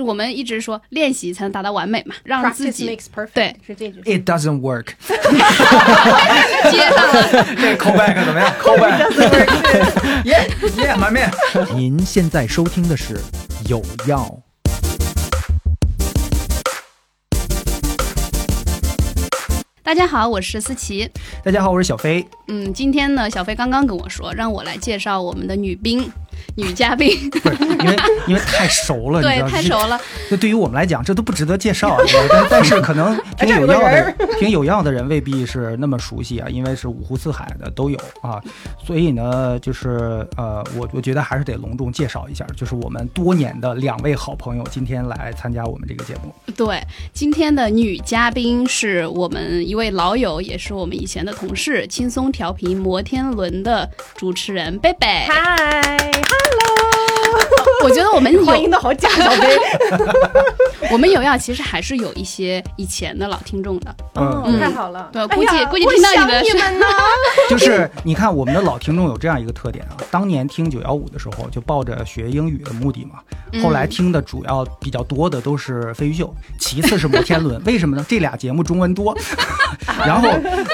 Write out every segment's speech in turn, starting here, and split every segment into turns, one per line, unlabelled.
我们一直说练习才能达到完美嘛，让自
Practice
己
makes perfect，
对
是这句。
It doesn't work。
接上了。
这 callback 怎么样？callback，耶耶， 满面。
您现在收听的是《有药》。
大家好，我是思琪。
大家好，我是小飞。
嗯，今天呢，小飞刚刚跟我说，让我来介绍我们的女宾、 女嘉 宾。
不是 因为因为太熟哦了，你知
对
道，
太
这
熟了。
就对于我们来讲，这都不值得介绍、啊。但 但是可能听有药的听有药的人未必是那么熟悉啊，因为是五湖四海的都有啊。所以呢，就是呃，我我觉得还是得隆重介绍一下，就是我们多年的两位好朋友今天来参加我们这个节目。
对，今天的女嘉宾是我们一位老友，也是我们以前的同事，轻松调皮摩天轮的主持人贝贝。
嗨，Hello，
我觉得我们有
欢迎的好假，小飞。
我们有要其实还是有一些以前的老听众的，
嗯
哦，太好了。
嗯对
哎呀
估计估计听到你的
我想你们呢。
就是你看，我们的老听众有这样一个特点啊，当年听九幺五的时候，就抱着学英语的目的嘛。
嗯
后来听的主要比较多的都是飞鱼秀，其次是摩 天轮。为什么呢？这俩节目中文多。然后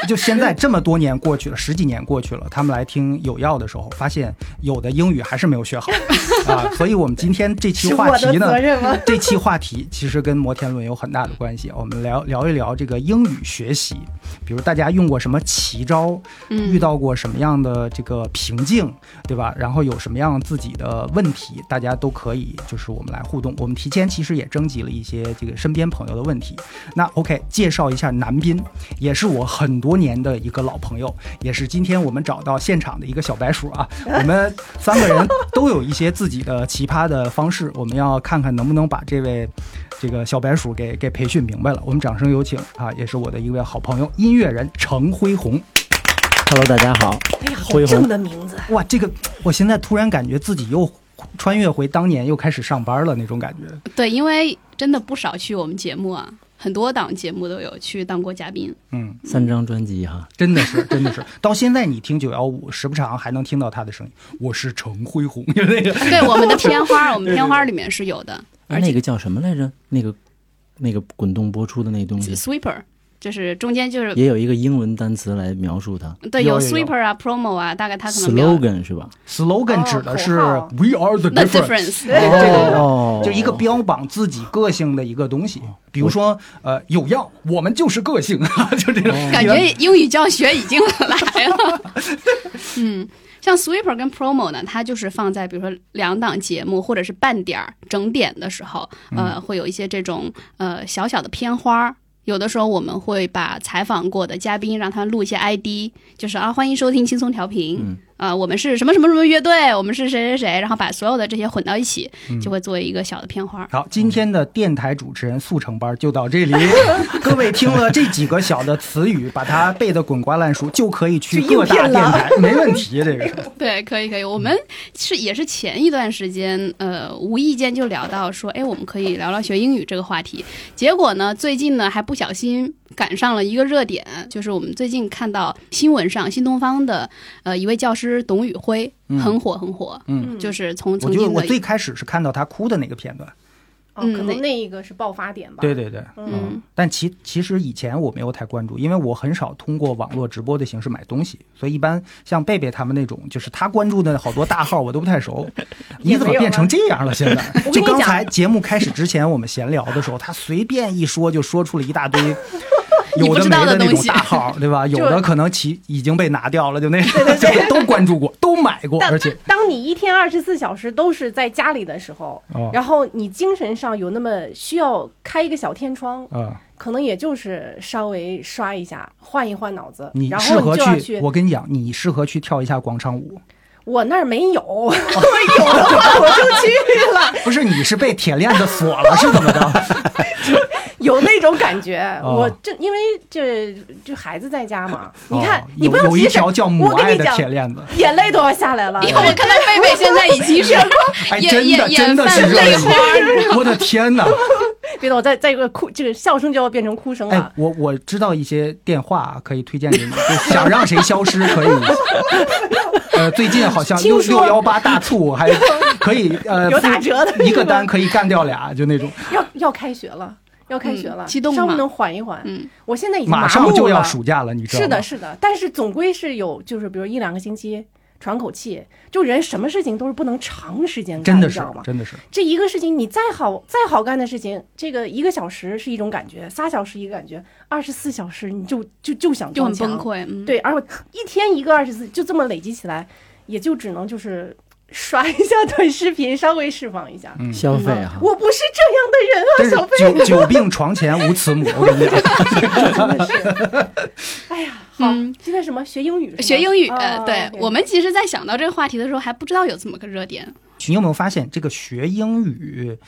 就现在这么多年过去了，十几年过去了，他们来听有药的时候，发现有的英语还是没有 学好啊。所以我们今天这期
是
话
我
题
的
呢
责，任啊 吗？
这期话题其实跟摩天轮有很大的关系，我们聊聊一聊这个英语学习，比如大家用过什么奇招，遇到过什么样的这个瓶颈，对吧？然后有什么样自己的问题，大家都可以就是我们来互动。我们提前其实也征集了一些这个身边朋友的问题。那 OK，介绍一下男宾，也是我很多年的一个老朋友，也是今天我们找到现场的一个小白鼠啊。我们三个人都有一些自己的奇葩的方式，我们要看看能不能把这位这个小白鼠给给培训明白了。我们掌声有请啊，也是我的一位好朋友，音乐人程恢宏。
Hello，大家好。
哎呀，好
恢宏
正的名字。哦
哇，这个我现在突然感觉自己又穿越回当年，又开始上班了那种感觉。
对，因为真的不少去我们节目啊，很多档节目都有去当过嘉宾。
嗯，
三张专辑哈，
真的是，真的是，到现在你听九幺五，时不常还能听到他的声音。我是程恢宏，就那个
对，我们的片花，我们片花里面是有的，
哎
而且
那个叫什么来着？那个那个滚动播出的那东西，
sweeper，就是中间就是
也有一个英文单词来描述它
对
有有有
sweeper 啊，promo 啊，大概他可能没有
，slogan 是吧？
slogan 指的是
哦口号
“We are the
the
difference”，
difference。
这个这个
哦
就一个标榜自己个性的一个东西。比如说，呃，有药，我们就是个性， 就这种
感觉英语教学已经来了。嗯，像 Sweeper 跟 Promo 呢，它就是放在比如说两档节目或者是半点儿整点的时候，呃，会有一些这种呃小小的片花儿。有的时候我们会把采访过的嘉宾让他录一些 ID，就是啊，欢迎收听轻松调频，
嗯
啊、我们是什么什么什么乐队，我们是谁谁谁，然后把所有的这些混到一起，就会做一个小的片花儿。
好，今天的电台主持人速成班就到 这里。各位听了这几个小的词语，把它背得滚瓜烂熟，就可以去
去应
各大
聘
电
了
台，没问题。这个是
对，可以可以，我们是也是前一段时间，呃，无意间就聊到说，哎，我们可以聊聊学英语这个话题。结果呢，最近呢还不小心赶上了一个热点，就是我们最近看到新闻上新东方的呃一位教师董宇辉很火很火，
嗯
就是从
我
曾
觉得
经
我
的
最开始是看到他哭的那个片段。
哦，
嗯
可能那一个是爆发点吧。
对对对，
嗯
但其其实以前我没有太关注，因为我很少通过网络直播的形式买东西，所以一般像贝贝他们那种，就是他关注的好多大号我都不 太熟。你怎么变成这样了？现在
我跟你
就
讲
刚才节目开始之前我们闲聊的时候，他随便一说就说出了一 大堆
你
有
不
的
知
没
道的
的那
东
种
西
大号，对吧？有
就
的可能其已经被拿掉了，就那种 就都关注过，都买过，
但
而且
当你一天二十四小时都是在家里的时候，
哦
然后你精神上有那么需要开一个小天窗，
啊，
可能也就是稍微刷一下，换一换脑子，
你
然
适
后
合
你就要
去，我跟你讲，你适合去跳一下广场舞。
我那儿没 有， 有的话我就去了，
不是，你是被铁链子锁了，是怎么着？
有那种感觉。
哦
我这因为这就孩子在家嘛，
哦
你看你
有
不要
有一
急着
条叫母
我跟
爱
你
的
讲
铁链子，
眼泪都要下来了。
因为我看到贝贝现在已经 是
哎，
也
真的
也也
真的是
泛
热
泪
泪
花儿。
盈眶，我的 天哪！
别的，我再再一个哭，这个笑声就要变成哭声
哎
了。，
我啊我知道一些电话可以推荐给你，就想让谁消失可以呃，最近好像六
听说
六幺八大促还可以呃
有打折的
一个单可以干掉俩，就那种
要要开学了，要开学了，
嗯激动吗
稍微能缓一缓。
嗯，
我现在已经
马
哎麻
上
木
就要
了
暑假了，你知道吗？
是的，是的，但是总归是有，就是比如一两个星期喘口气，就人什么事情都是不能长时间干，
真的
你知
是
道吗？
真的是，
这一个事情你再好再好干的事情，这个一个小时是一种感觉，仨小时一个感觉，二十四小时你就就就想
就
撞
很崩
墙。
溃。嗯，
对，而我一天一个二十四，就这么累积起来，也就只能就是刷一下短视频，稍微释放一下。
嗯，
消费哈、
我不是这
真
样的
是
人啊，小贝。
久久病床前无慈母，我跟你讲，
真的是，哎呀，好
嗯，
现在什么学英语是吗？
学英语，
哦
呃对
OK
我们其实，在想到这个话题的时候，还不知道有这么个热点。
你有没有发现这个学英语，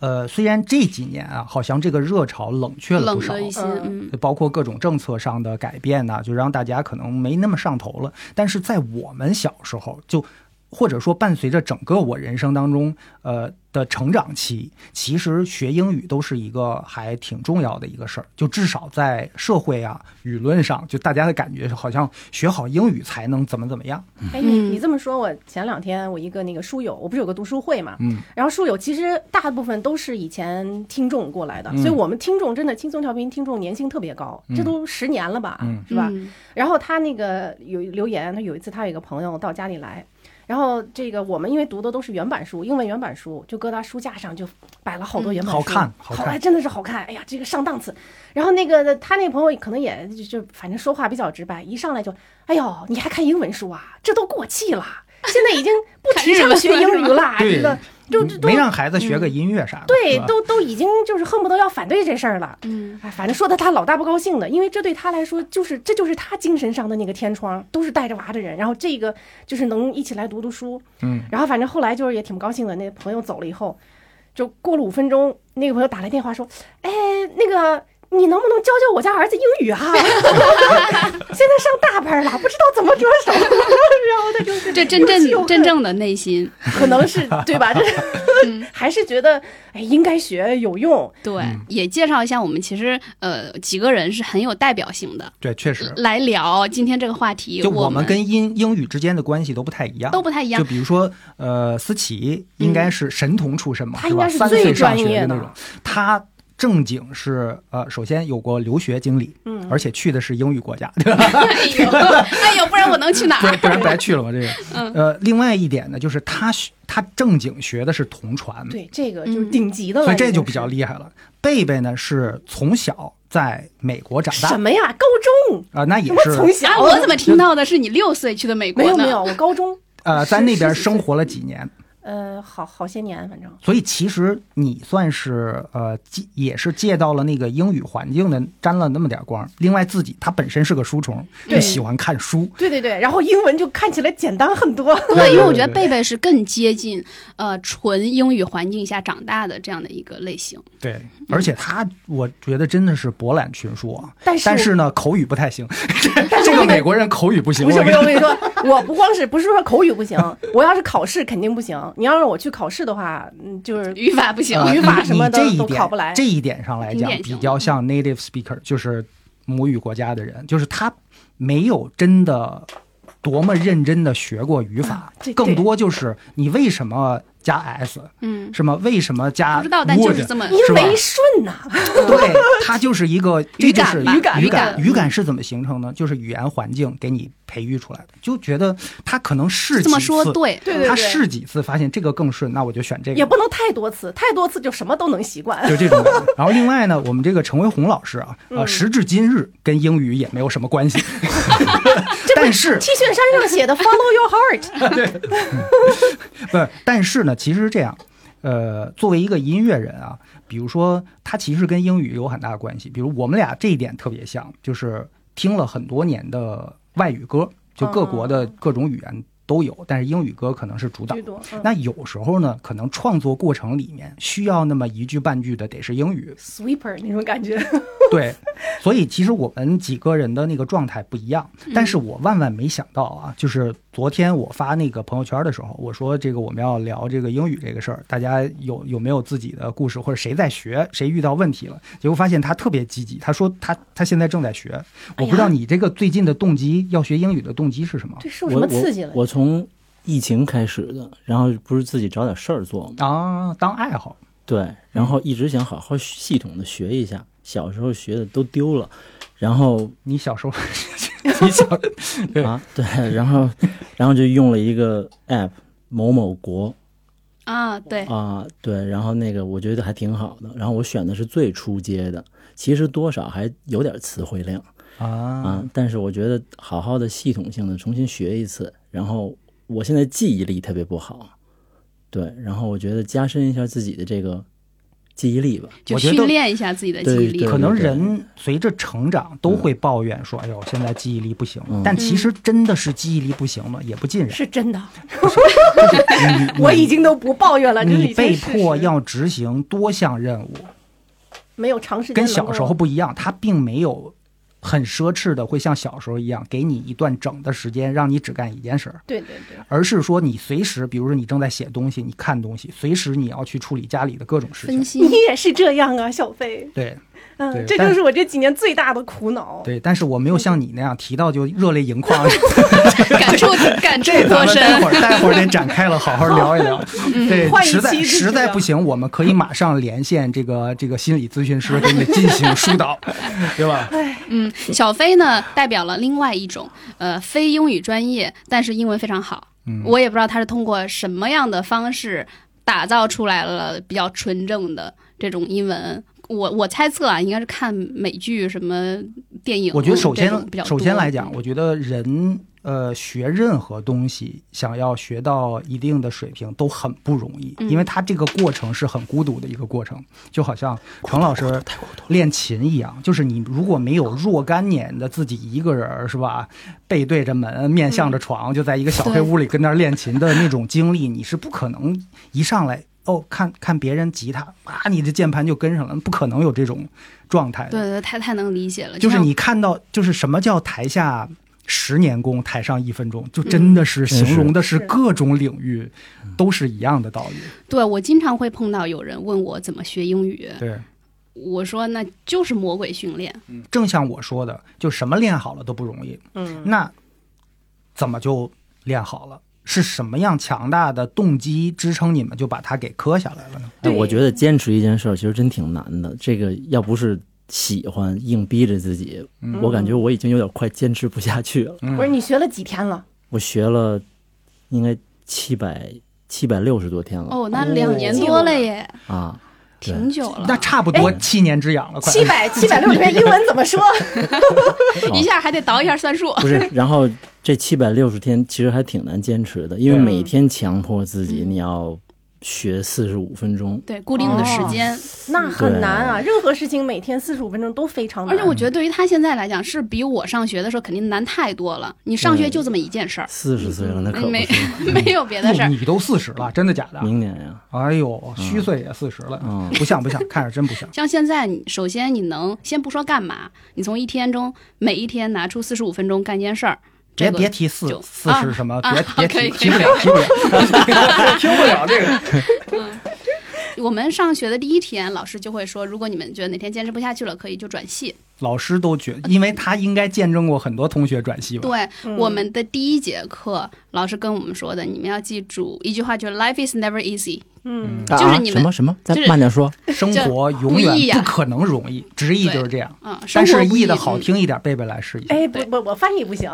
呃，虽然这几年啊，好像这个热潮冷却了
冷
不少
了。一些，嗯，
包括各种政策上的改变呐、就让大家可能没那么上头了。但是在我们小时候，就或者说伴随着整个我人生当中，呃的成长期，其实学英语都是一个还挺重要的一个事儿。就至少在社会啊舆论上，就大家的感觉好像学好英语才能怎么怎么样。
哎，你
嗯
你这么说，我前两天我一个那个书友，我不是有个读书会嘛，
嗯，
然后书友其实大部分都是以前听众过来的，
嗯
所以我们听众真的轻松调频听众粘性特别高，
嗯
这都十年了吧，
嗯
是吧？
嗯
然后他那个有留言，他有一次他有一个朋友到家里来，然后这个我们因为读的都是原版书，英文原版书，就搁他书架上就摆了好多原版书，
嗯好看好看
哎真的是好看，哎呀，这个上档次。然后那个他那朋友可能也就就反正说话比较直白，一上来就，哎呦，你还看英文书啊？这都过气 了，现在已经不
看
提
日
倡
文
学
了
英
是
语
吧
啦，
对
这个就这都嗯
没让孩子学个音乐啥的，
对
是，吧
都都已经就是恨不得要反对这事儿了。
嗯，
哎，反正说的他老大不高兴的，因为这对他来说就是这就是他精神上的那个天窗，都是带着娃的人，然后这个就是能一起来读读书，
嗯，
然后反正后来就是也挺不高兴的，那个朋友走了以后，就过了五分钟，那个朋友打来电话说，哎，那个。你能不能教教我家儿子英语啊？ 现在上大班了，不知道怎么着手。 然后他就
这真
又
正
气
真
又恨
正嗯的内心，
可能是 对吧？这还是觉得哎，应该学有用。
对，
嗯
也介绍一下，我们其实呃几个人是很有代表性的，
对，确实。
来聊今天这个话题，
就
我
我们跟英英语之间的关系都不太一样，
都不太一样
就。比如说，呃，思琪应该是神童出身嘛，
他嗯
是
应
吧？
该是
三
最
岁上
专
学
业
的
的
那种。他正经是呃，首先有过留学经历，
嗯
而且去的是英语国家， 对吧？
哎呦， 哎呦，不然我能去哪
不然
儿？
不然白去了嘛。 这个，
嗯
呃，另外一点呢，就是他学他正经学的是同传，
对，这个就是
嗯
顶级的了，
所以这
已经
就比
是
较厉害了。贝贝呢是从小在美国长大
什么呀？高中
啊、那
什
也
么
是
从小
啊，我怎么听到的是你六岁去的美国啊
没
呢？
有没有，我高中
呃在
是
那边
是是
生活了几年，
呃好好些年，反正
所以其实你算是呃，借也是借到了那个英语环境的，沾了那么点光。另外自己他本身是个书虫，
对
就喜欢看书，
对对对，然后英文就看起来简单很多。
对，因为我觉得
对对
贝贝是更接近呃纯英语环境下长大的这样的一个类型。
对，而且他我觉得真的是博览群书啊。
但是
但是呢，口语不太 行，
但是我
这个
跟
美国人口语不行。
不是
我
不
跟
是，我跟
你
你说，我不光是不是说口语不行，我要是考试肯定不行。你要让我去考试的话，嗯，就是
语法不行，
呃
语法什么的
你你这
都
一点
考不来
这一点上来
挺
讲，
典型
比
的
较像 native speaker，就是母语国家的人，就是他没有真的多么认真的学过语法
啊这，
更
对
多就是你为什么加 s，
嗯，
是吗？为什么加
不知道，但就是
would？
这么。
因
是吧
为顺呐、
对，它就是一个
语
这
感
就是
吧
语
语
语
感
感，语感是怎么形成呢？就是语言环境给你培育出来的，就觉得他可能试
这
几
么说
次，
对，
对对对
他试几次发现这个更顺，那我就选这
也
个，
不能太多次，太多次就什么都能习惯。
就这种感觉。然后另外呢，我们这个陈维红老师啊，呃，
嗯
时至今日跟英语也没有什 么关系，但是
T 恤衫上写的 “Follow your heart”，
不是，但是呢，其实是这样，呃，作为一个音乐人啊，比如说他其实跟英语有很大的关系，比如我们俩这一点特别像，就是听了很多年的外语歌，就各国的各种语言都有，但是英语歌可能是主导
居。多。哦嗯
那有时候呢，可能创作过程里面需要那么一句半句的得是英语，
sweeper 那种感觉，
对，所以其实我们几个人的那个状态不一样，但是我万万没想到啊，就是昨天我发那个朋友圈的时候，我说这个我们要聊这个英语这个事儿，大家有有没有自己的故事，或者谁在学，谁遇到问题了？结果发现他特别积极，他说他他现在正在学。我不知道你这个最近的动机，要学英语的动机是什么
这受
我
什么刺激了？
我我从疫情开始的，然后不是自己找点事儿做嘛，
啊？当爱好
对，然后一直想好好系统的学一下，小时候学的都丢了，然后
你小时候， 你小 对
啊对，然后 然后就用了一个 app 某某国
啊，对，
啊、对，然后那个我觉得还挺好的，然后我选的是最初阶的，其实多少还有点词汇量。
啊
啊，但是我觉得好好的系统性的重新学一次，然后我现在记忆力特别不好，对，然后我觉得加深一下自己的这个记忆力吧，
就
我觉得
训练一下自己的记忆力
对。
可能
对对
人随着成长都会抱怨说：“哎呦，现在记忆力不行。”
嗯
但其实真的是记忆力不行吗？也不 尽然。
是真的， 我已经都不抱怨了，这是
你
已经
被
是事
迫
实
要执行多项任务，
没有长时间
跟
能够
小时候不一样，它并没有很奢侈的会像小时候一样给你一段整的时间让你只干一件事儿，
对对对，
而是说你随时，比如说你正在写东西，你看东西，随时你要去处理家里的各种事
分
情。
析
你也是这样啊，小飞。
对对
嗯，这
但
就是我这几年最大的苦恼。
对，但是我没有像你那样提到就热泪盈眶，
感触感触
这咱
颇
们待会
深。
儿待会儿得展开了，好好聊一聊。对，
嗯换一
实在
期就是
实在
这样
不行，我们可以马上连线这个这个心理咨询师给你进行 疏导，对吧？
嗯，小飞呢代表了另外一种，呃，非英语专业，但是英文非常好。
嗯
我也不知道他是通过什么样的方式打造出来了比较纯正的这种英文。我我猜测啊，应该是看美剧、什么电影。
我觉得首
这种比较
先
多
首先来讲，我觉得人呃学任何东西，想要学到一定的水平都很不容易，
嗯
因为他这个过程是很孤独的一个过程，就好像程老师练琴一样，就是你如果没有若干年的自己一个人儿是吧，背对着门，面
嗯
向着床，就在一个小黑屋里跟那儿练琴的那种经历，你是不可能一上来。哦，看看别人吉他啊，你这键盘就跟上了，不可能有这种状态的。
对对，太太能理解了。
就是
呃像
你看到，就是什么叫台下十年功，台上一分钟，就真的是形容的是
嗯
各种领域都是一样的道理。
对我经常会碰到有人问我怎么学英语，
对，
我说那就是魔鬼训练。
正像我说的，就什么练好了都不容易，
嗯，
那怎么就练好了？是什么样强大的动机支撑你们就把它给磕下来了呢？
对
但哎我觉得坚持一件事儿其实真挺难的，这个要不是喜欢硬逼着自己，
嗯
我感觉我已经有点快坚持不下去了，
嗯不是你学了几天了？
我学了应该七百七百六十多天了、
哦，那两年
哦
多了耶，
啊，对
挺久了。
嗯那差不多七年之痒了，快哎
七 百七百六十天英文怎么说？
一下还得倒一下算术。
不是，然后这七百六十天其实还挺难坚持的，因为
对
每天强迫自己
嗯
你要学四十五分钟，
对固定的时
哦
间，
那很难啊，任何事情每天四十五分钟都非常难。
而且我觉得对于他现在来讲，是比我上学的时候肯定难太多了。你上学就这么一件事儿，
四十岁了那可不
没
是 吗，
嗯
没有别的事
哟
儿。
你都四十了，真的假的？
明年呀、
哎呦，虚岁也四十了，
嗯
不像不像，看着真不像。
像现在，你首先你能先不说干嘛，你从一天中每一天拿出四十五分钟干一件事儿，
别
这个
别提四
就
四十
啊
什么，
啊
别别
可以可
提
以
提不了提不 了，听不了这个。
我们上学的第一天，老师就会说，如果你们觉得哪天坚持不下去了，可以就转系。
老师都觉得，因为他应该见证过很多同学转系吧？
对，
嗯
我们的第一节课，老师跟我们说的，你们要记住一句话，就是 “Life is never easy”。
嗯，
啊
就是你们
什么什么，再
就是
慢点说，
生活永
不易
远
呀
不可能容易，直译
对
就是这样。
嗯，生
但
活
是
不
译
易
的好
嗯
听一点，贝贝来试一下。
哎，不不，我翻译不行，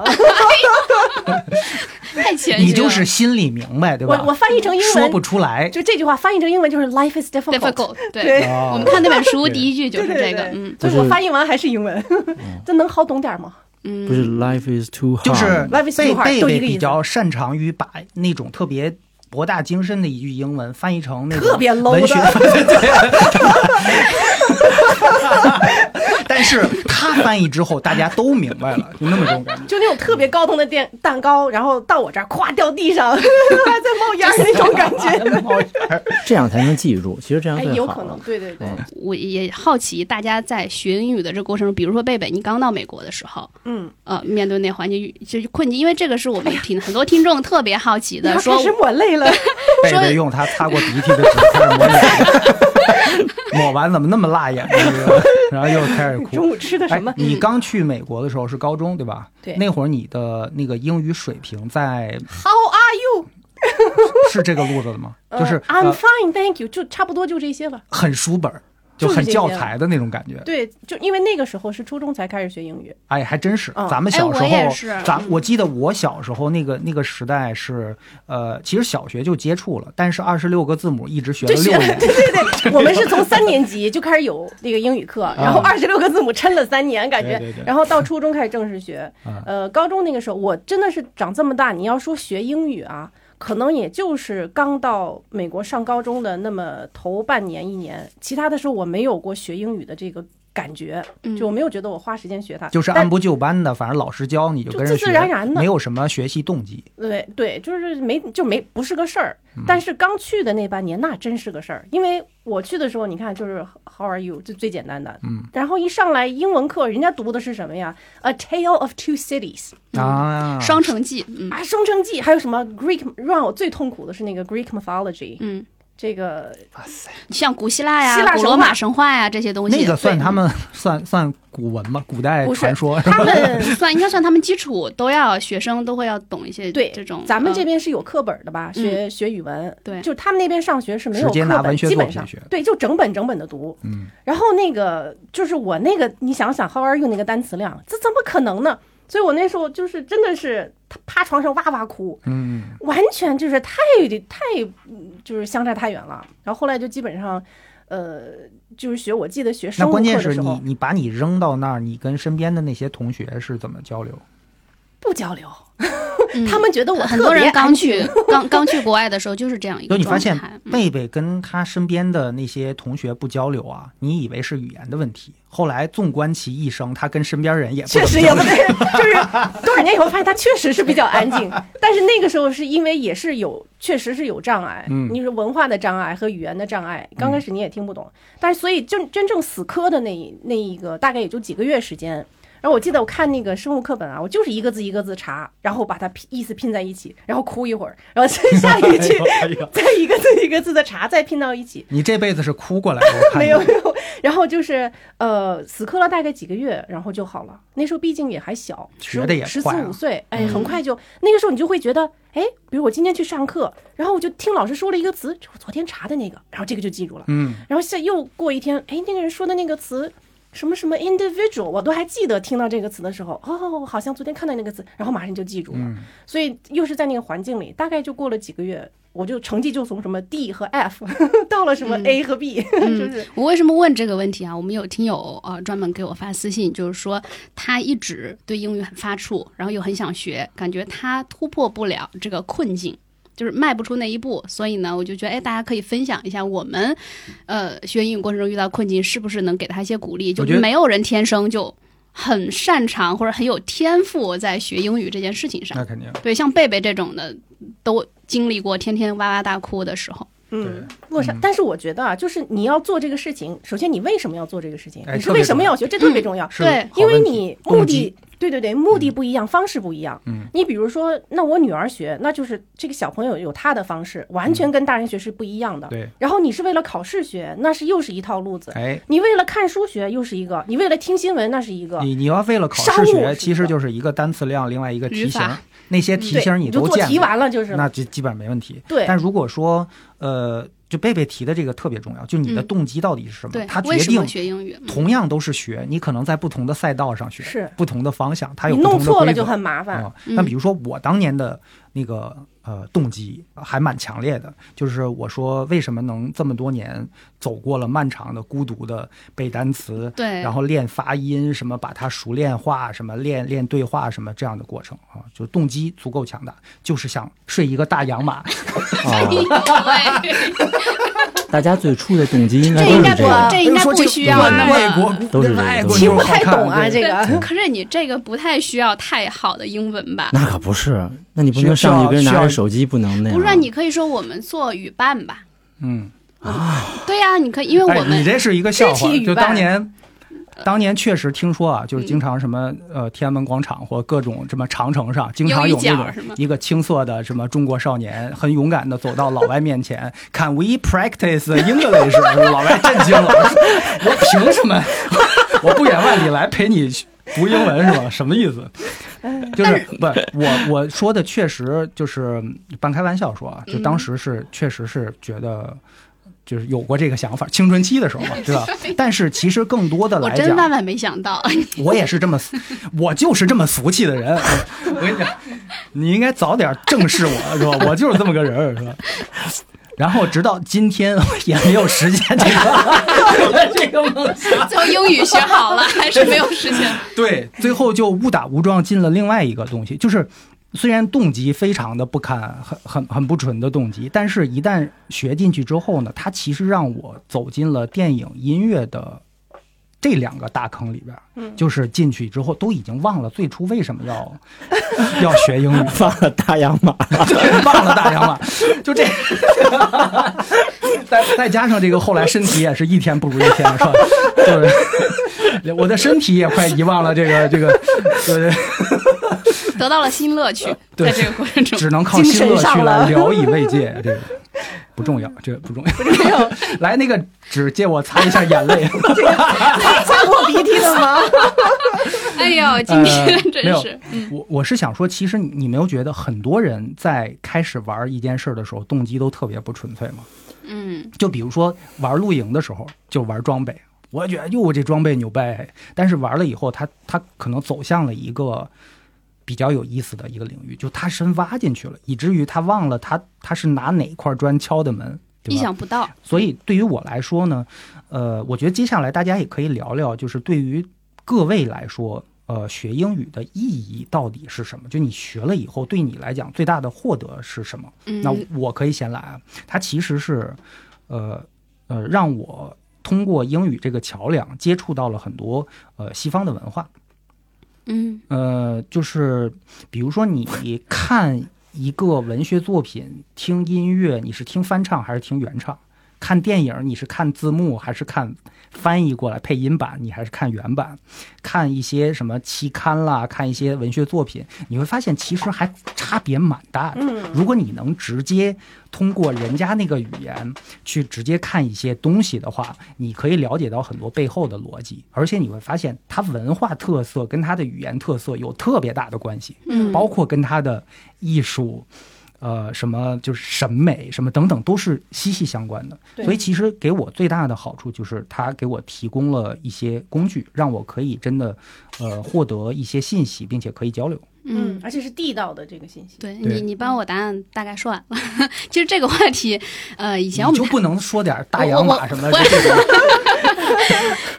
太谦虚了。
你就是心里明白，对
我我
吧？
翻译成英
说不
文，
出来。
就这句话翻译成英文就是 life is difficult。
difficult，对。
对，
哦
我们看那本书，第一句就是
对
这
对
个
对，
嗯
所以
不是
我翻译完还是英文，
嗯
这能好懂点吗？
嗯，
不是 life is too hard，
就是
，Life is
啊贝
too hard，
贝
都一
贝
个意思
比较擅长于把那种特别博大精深的一句英文翻译成那种
特别 low
文学
的，
但是他他翻译之后，大家都明白了，就那么种感觉。
就那种特别高腾的电蛋糕，然后到我这儿咵掉地上， 还在冒 烟儿那种感觉。
这样才能记住。其实这样
哎，
最
有
好
可能
了。，
对对对，
嗯
我也好奇大家在学英语的这个过程中，比如说贝贝，你刚到美国的时候，
嗯，
呃，面对那环境就是困境，因为这个是我们听、很多听众特别好奇
要
的，说
开始抹泪 了。
贝
说
贝用他擦过鼻涕的纸开始抹眼，抹完怎么那么辣眼睛？这个然后又开始哭
中。午吃的什么
哎？？你刚去美国的时候是高中对吧？
对
那会儿你的那个英语水平在
How are you？
是这个路子的吗？
呃
就是、
I'm
呃
fine, thank you，就差不多就这些吧。
很书本儿，就
就是
很
这
教
样
材的那种感觉。
对，就因为那个时候是初中才开始学英语，
哎，还真是
嗯，
咱们
哎
小时
我也
候，
是
咱我记得我小时候那个那个时代是，呃，其实小学就接触了，但是二十六个字母一直学了
就学
六
了。
年
对，对对，我们是从三年级就开始有那个英语 课，
啊
然后二十六个字母撑了三年，感觉
对对对，
然后到初中开始正式 学
嗯。
呃，高中那个时候，我真的是长这么大，你要说学英语 啊，可能也就是刚到美国上高中的那么头半年一年，其他的时候我没有过学英语的这个感觉，
嗯
就我没有觉得我花时间学它，
就是
但
按部就班的，反正老师教你就
就
跟着
自
学，
自然然的
没有什么学习动机。
对对，就是没就没不是个事儿。
嗯
但是刚去的那半年那真是个事儿，因为我去的时候，你看就是 How are you 就最简单的，
嗯，
然后一上来英文课，人家读的是什么呀？A Tale of Two Cities
啊，
双城记，嗯
啊，《双城记》，还有什么 Greek，让我最痛苦的是那个 Greek mythology，
嗯，
这个
像古希腊呀、
希腊
古
神
罗
话
马神话呀这些东西，
那个算
对
他们 算算古文吗？古代
不是
传说？
他们。
算应该算他们基础都要学生都会要懂一些
对
这种，
咱们
嗯
这边是有课本的吧？学学语文，
对
就他们那边上学是没有
直接
课
拿
本，
文学
基
作
本
品
上
学
对，就整本整本的读。
嗯，
然后那个就是我那个，你想想 How are you 那个单词量，这怎么可能呢？所以我那时候就是真的是趴床上哇哇哭，
嗯，
完全就是太太嗯就是相差太远了。然后后来就基本上，呃，就是学我记得学
那
生物
关
课
键
的
是
时
你
候
你把你扔到那儿，你跟身边的那些同学是怎么交流？
不交流，
嗯
他们觉得我
很
特
多
别
人刚
安静
去刚刚去国外的时候就是这样一 个
就你发
状
现
态。嗯
贝贝跟他身边的那些同学不交流啊，你以为是语言的问题，后来纵观其一生，他跟身边人也不怎
确
么
实
交
也
流
不对，就是多少年以后发现他确实是比较安静，但是那个时候是因为也是有，确实是有障碍，
嗯
你是文化的障碍和语言的障碍，刚开始你也听不懂，但是所以真真正死磕的那一那一个大概也就几个月时间。然后我记得我看那个生物课本啊，我就是一个字一个字查，然后把它拼意思拼在一起，然后哭一会儿，然后 再下一句
哎呀
再一个字一个字的查，再拼到一起，
你这辈子是哭过来的，我看
没
你
有没有。然后就是呃，死磕了大概几个月，然后就好了。那时候毕竟也还小，
学得也
十四
快啊
五岁，哎，很快就、那个时候你就会觉得，哎，比如我今天去上课，然后我就听老师说了一个词，这我昨天查的那个，然后这个就记住了。
嗯，
然后下又过一天，哎，那个人说的那个词。什么什么 individual，我都还记得听到这个词的时候，哦，好像昨天看到那个词，然后马上就记住了。
嗯
所以又是在那个环境里，大概就过了几个月，我就成绩就从什么 D 和 F 到了什
嗯
么 A 和 B，、就是
我为什么问这个问题啊？我们有听友啊、呃专门给我发私信，就是说他一直对英语很发怵，然后又很想学，感觉他突破不了这个困境，就是迈不出那一步。所以呢，我就觉得，哎，大家可以分享一下我们，呃，学英语过程中遇到困境，是不是能给他一些鼓励？就
我觉得
没有人天生就很擅长或者很有天赋在学英语这件事情
那
上。
肯定。
对，像贝贝这种的，都经历过天天哇哇大哭的时候。
嗯，落差。但是我觉得啊，就是你要做这个事情，首先你为什么要做这个事情？
哎
你是
特别
为什么要学？这特别重要，
是
对
好
因为
问题
你
动
目
机
的，对对对，目的不一样，方式不一样。
嗯，
你比如说，那我女儿学，那就是这个小朋友有他的方式，完全跟大人学是不一样的。
对，
然后你是为了考试学，那是又是一套路子；
哎，
你为了看书学又是一个，你为了听新闻那是一个。
你你要为了考
商
试
务
学，
是
其实
吧
就是一个单词量，另外一个
语
题型
法
儿，那些题
对
型儿
你就
都
做
见
题
过，
完了就是了。
那基基本上没问题。
对
但如果说呃，就贝贝提的这个特别重要，就你的
嗯
动机到底是什么，
对
它，决
为什么
定
学英语？嗯
同样都是学，你可能在不同的赛道上学，
是
不同的方向，它有
你
不同
弄
的
错了
规
就
则。
很麻烦。嗯
啊、那比如说我当年的那个呃动机还蛮强烈的，就是我说为什么能这么多年走过了漫长的孤独的背单词，
对
然后练发音，什么把它熟练化，什么练练对话，什么这样的过程啊，就动机 足够强大，就是想睡一个大洋马，
啊，
哎呦喂
大家最初的动机应该
这
都
应
是
该不
这个，，
这应该
哎说
不
这
需要那
外
么。
国
都是这个
外国
其
听
妞
实
不
儿好
太
看
懂啊，
对
这个
对，可是你这个不太需要太好的英文吧？
那可不是，那你不
需要
能上去跟人
需
拿
要
着手机，不能那样。
不是啊，你可以说我们做语伴吧？
嗯，
对呀、你可以，因为
哎
我，
你
们
这是一个笑
肢
话
体，语
就
伴
当年。当年确实听说啊，
嗯
就是经常什么呃天安门广场或各种什么长城上，经常有那
有一角是吗
种一个青涩的什么中国少年，很勇敢的走到老外面前，Can we practice English？老外震惊了，我凭什么？ 我不远万里来陪你读英文是吧？什么意思？就是不，我我说的确实就是半开玩笑说啊，就当时是确实是觉得。就是有过这个想法，青春期的时候嘛，对吧？但是其实更多的
我
来
真
讲，
万万没想到，
我也是这么，我就是这么俗气的人。 我跟你讲，你应该早点正视我，是吧？我就是这么个人儿，是吧？ 然后直到今天， 我也没有实现这个我的这个 梦想。
最后英语学好了，还是没有实现。
对，最后就误打误撞进了另外一个东西，就是虽然动机非常的不堪，很很很不纯的动机，但是一旦学进去之后呢，它其实让我走进了电影音乐的这两个大坑里边儿，就是进去之后都已经忘了最初为什么要 要学英语，
放了大洋马，
忘了大洋了，就这，再再加上这个后来身体也是一天不如一天，是吧？就是 我的身体也快遗忘了这个这呃个，对
得到了新乐趣，
对
在这个过程中，
只能靠新
精神
乐趣
上
来
了
聊以慰藉，这个不重要，这个不重要。 来，那个纸借我擦一下眼泪。
擦过鼻涕了吗？
哎呦，今
呃
天真
没有
是，
我我是想说，其实你你没有觉得很多人在开始玩一件事儿的时候，动机都特别不纯粹吗？
嗯，
就比如说玩露营的时候，就玩装备，我觉得哟这装备牛掰，但是玩了以后，他他可能走向了一个比较有意思的一个领域，就他深挖进去了，以至于他忘了他他是拿哪块砖敲的门，对
意
吧？
想不到，
所以对于我来说呢，呃，我觉得接下来大家也可以聊聊，就是对于各位来说。呃，学英语的意义到底是什么？就你学了以后，对你来讲最大的获得是什么？
嗯，
那我可以先来啊。它其实是，呃呃，让我通过英语这个桥梁接触到了很多呃西方的文化。
嗯
呃，就是比如说你看一个文学作品，听音乐，你是听翻唱还是听原唱？看电影你是看字幕还是看翻译过来配音版？你还是看原版？看一些什么期刊啦，看一些文学作品，你会发现其实还差别蛮大的。如果你能直接通过人家那个语言去直接看一些东西的话，你可以了解到很多背后的逻辑，而且你会发现它文化特色跟它的语言特色有特别大的关系，
嗯
包括跟它的艺术。呃，什么就是审美，什么等等，都是息息相关的。
对
所以其实给我最大的好处就是，它给我提供了一些工具，让我可以真的，呃，获得一些信息，并且可以交流。
嗯
嗯，。
而且是地道的这个信息。
对
对
你，你帮我答案大概说完了。 其实这个话题，呃，以前我
你
们
就不能说点大
我
洋
我
马什么
我
的这 种？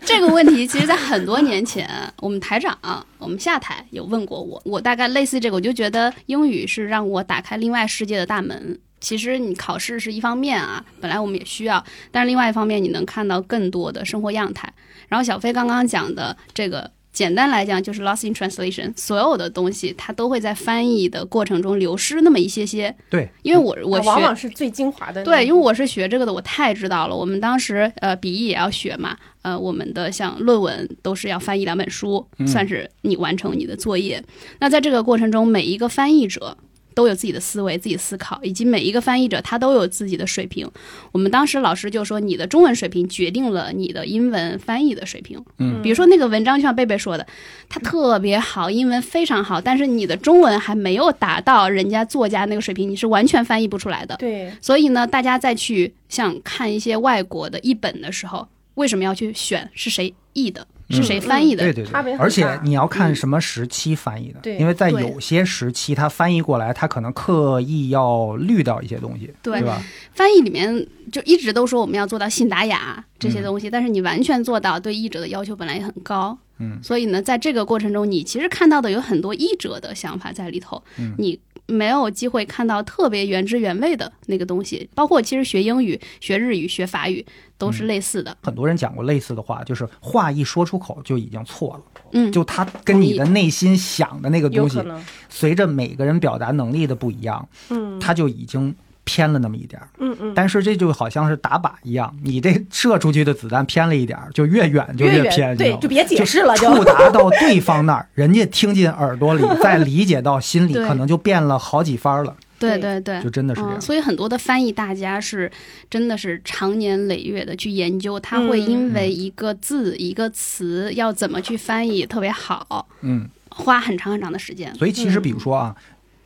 这个问题，其实，在很多年前，我们台长，我们下台有问过我，我大概类似这个，我就觉得英语是让我打开另外世界的大门。其实你考试是一方面啊，本来我们也需要，但是另外一方面，你能看到更多的生活样态。然后小飞刚刚讲的这个，简单来讲就是 lost in translation，所有的东西它都会在翻译的过程中流失那么一些些。
对，
因为我我
往
学
往是最精华的。
对，因为我是学这个的，我太知道了。我们当时呃，笔译也要学嘛，呃，我们的像论文都是要翻译两本书，算是你完成你的作业。那在这个过程中，每一个翻译者都有自己的思维、自己思考，以及每一个翻译者他都有自己的水平。我们当时老师就说，你的中文水平决定了你的英文翻译的水平。
嗯
比如说那个文章，就像贝贝说的，他特别好，英文非常好，但是你的中文还没有达到人家作家那个水平，你是完全翻译不出来的。
对，
所以呢，大家再去像看一些外国的译本的时候，为什么要去选是谁译的，是谁翻译的？
嗯对对
差别
对，
很
而且
大嗯
你要看什么时期翻译的，
对
因为在
对
有些时期它翻译过来，它可能刻意要滤掉一些东西，
对
对吧？
翻译里面就一直都说我们要做到信达雅这些东西，但是你完全做到，对译者的要求本来也很高。
嗯
所以呢，在这个过程中，你其实看到的有很多译者的想法在里头。嗯，你没有机会看到特别原汁原味的那个东西。包括其实学英语、学日语、学法语都
嗯
是类似的。
很多人讲过类似的话，就是话一说出口就已经错了，
嗯，
就他跟你的内心想的那个
有
东西
可，能，
随着每个人表达能力的不一样，
嗯
他就已经偏了那么一点儿。
嗯嗯，
但是这就好像是打靶一样，你这射出去的子弹偏了一点儿，就越远就
越
偏，
远对
你
就
知
别解
啊
释了，就
道吗触达到对方那儿，人家听进耳朵里，再理解到心 里，
对
可能就变了好几番了，
对
对
对对，
就真的是这
嗯，
样。
所以很多的翻译大家是真的是长年累月的去研究，他会因为一个字、一个词要怎么去翻译特别好，
嗯，
花很长很长的时间。
所以其实比如说啊，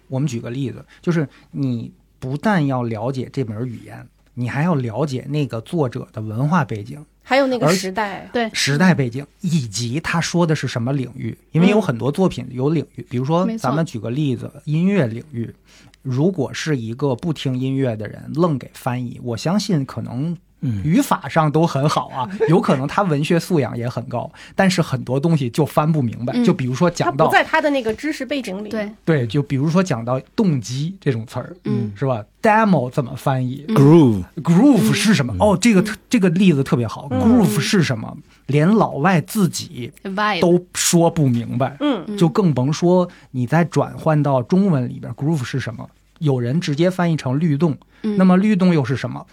我们举个例子，就是你不但要了解这门语言，你还要了解那个作者的文化背景。
还有那个
而
时代，
对，
时代背景以及他说的是什么领域，因为有很多作品有领域，比如说
嗯没错
咱们举个例子，音乐领域，如果是一个不听音乐的人愣给翻译，我相信可能。
嗯，
语法上都很好 啊，有可能他文学素养也很高，但是很多东西就翻不明白。
嗯
就比如说
他
讲
不
到
在他的那个知识背景里，
对，
对，就比如说讲到动机这种词儿，
嗯
是吧？demo 怎么翻译？
嗯
groove，
groove 是什么？哦，这个特这个例子特别好。
嗯
groove 是什么？连老外自己
，vibe，
都说不明白，
哎嗯，
就更甭说你再转换到中文里边，groove 是什么？有人直接翻译成律动，
嗯
那么律动又是什么？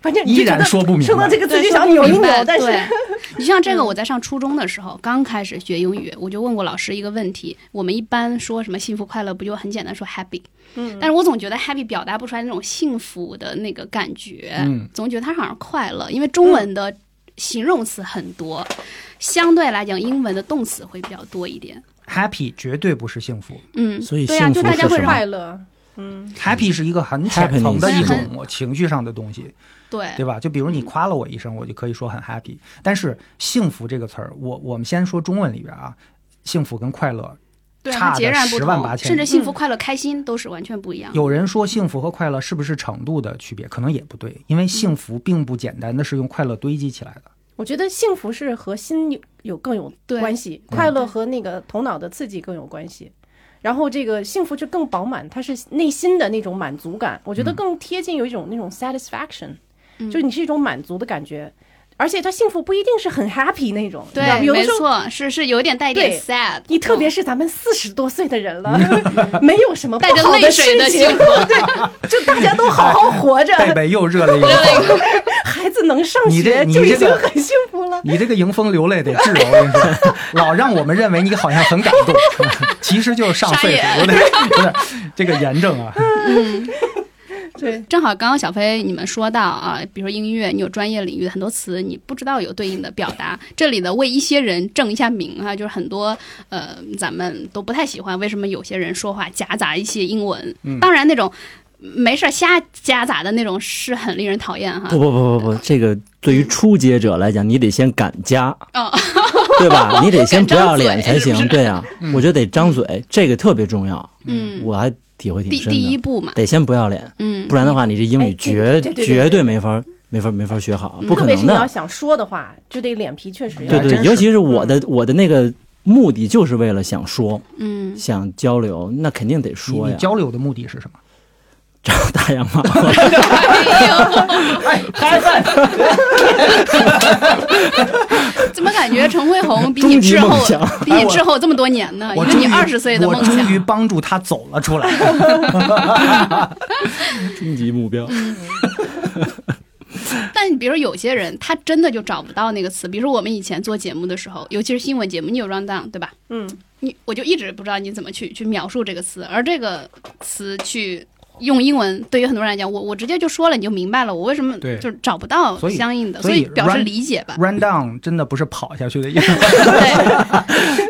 反正你
依
就觉
然
得
说不明
说到
白
这。个字
对
就
说
想
不
扭一
明
扭
白，
但是
对你像这个，我在上初中的时候，刚开始学英语，我就问过老师一个问题：我们一般说什么幸福快乐，不就很简单说 happy？
嗯
但是我总觉得 happy 表达不出来那种幸福的那个感觉，
哎
嗯
总觉得它好像快乐，因为中文的形容词很多，相对来讲英文的动词会比较多一点。
Happy 绝对不是幸福
嗯，
所以
对呀、
幸
就
福
大
是
家会
什么
让
快乐，嗯，哎
，Happy 是一个很浅层的
Happiness
一种情绪上的东西，
对
对吧？就比如你夸了我一声，我就可以说很 happy。但是幸福这个词儿，我我们先说中文里边啊，幸福跟快
啊
乐
对
差
它截
的
然不
十万
同
八，千
甚至
里。
嗯
幸福、快乐、开心都是完全不一样的。
有人说幸福和快乐是不是程度的区别？可能也不对，因为幸福并不简单的是用快乐堆积起来的。
我觉得幸福是和心有有更有
对
关系，快
嗯
乐和那个头脑的刺激更有关系。然后这个幸福就更饱满，它是内心的那种满足感，我觉得更贴近有一种那种 satisfaction，、就是
嗯
你是一种满足的感觉，而且它幸福不一定是很 happy 那种，你知道吗
对，
有的
没
时候
错，是是有点带一点
对
sad，
你特别
嗯
是咱们四十多岁的人了，
嗯
没有什么不
带着
好
泪
事
水的
情
幸，
对，就大家都好好活 着，
贝贝又热了一 个，
孩子能上
你这
学
你
就已
这
经
个
很幸福了。
你这个迎风流泪得治啊我，我跟你说，老让我们认为你好像很感 动，其实就是上岁数，有点有点这个炎症啊。
嗯
对，
正好刚刚小飞你们说到啊，比如说音乐，你有专业领域的很多词，你不知道有对应的表达。这里呢，为一些人正一下名啊，就是很多呃，咱们都不太喜欢，为什么有些人说话夹杂一些英文？
嗯
当然那种呃没事儿瞎夹杂的那种是很令人讨厌哈
不。不不不
啊
不，这个对于初阶者来讲，你得先敢加，
哦，
对吧？你得先不要脸
敢
才
张嘴是 不
行，
是
对呀、我觉得得张嘴，这个特别重要。
嗯，
我还体会挺
第
深
第一
的，
步嘛，
得先不要脸，
嗯
不然的话，你这英语
哎
绝
对对对对
绝对没法没法没法学好，
嗯
不
特
可
别是
能
你要
的。
想说的话，就得脸皮确实嗯要
对
还真
对，
是
尤其是我 的我的那个目的就是为了想说
嗯，
想交流，那肯定得
你
说
你
呀，
交流的目的是什么？
找 大洋 马。
哎，嗨嗨，
怎么感觉陈辉宏比你
终极
滞后
梦想，
比你滞后这么多年呢？
我
呃因为
终于
你二十岁的
我
梦
终于
想，
帮助他走了 出来。
终极目标。
嗯但比如有些人他真的就找不到那个词，比如说我们以前做节目的时候，尤其是新闻节目，你有 round down 对吧？
嗯，
你我就一直不知道你怎么去去描述这个词，而这个词去用英文，对于很多人来讲，我我直接就说了，你就明白了，我为什么
对
就是找不到
所以
相应的，
所
所
以
以表示
run-
理解吧。
Run down 真的不是跑下去 的意思。
对，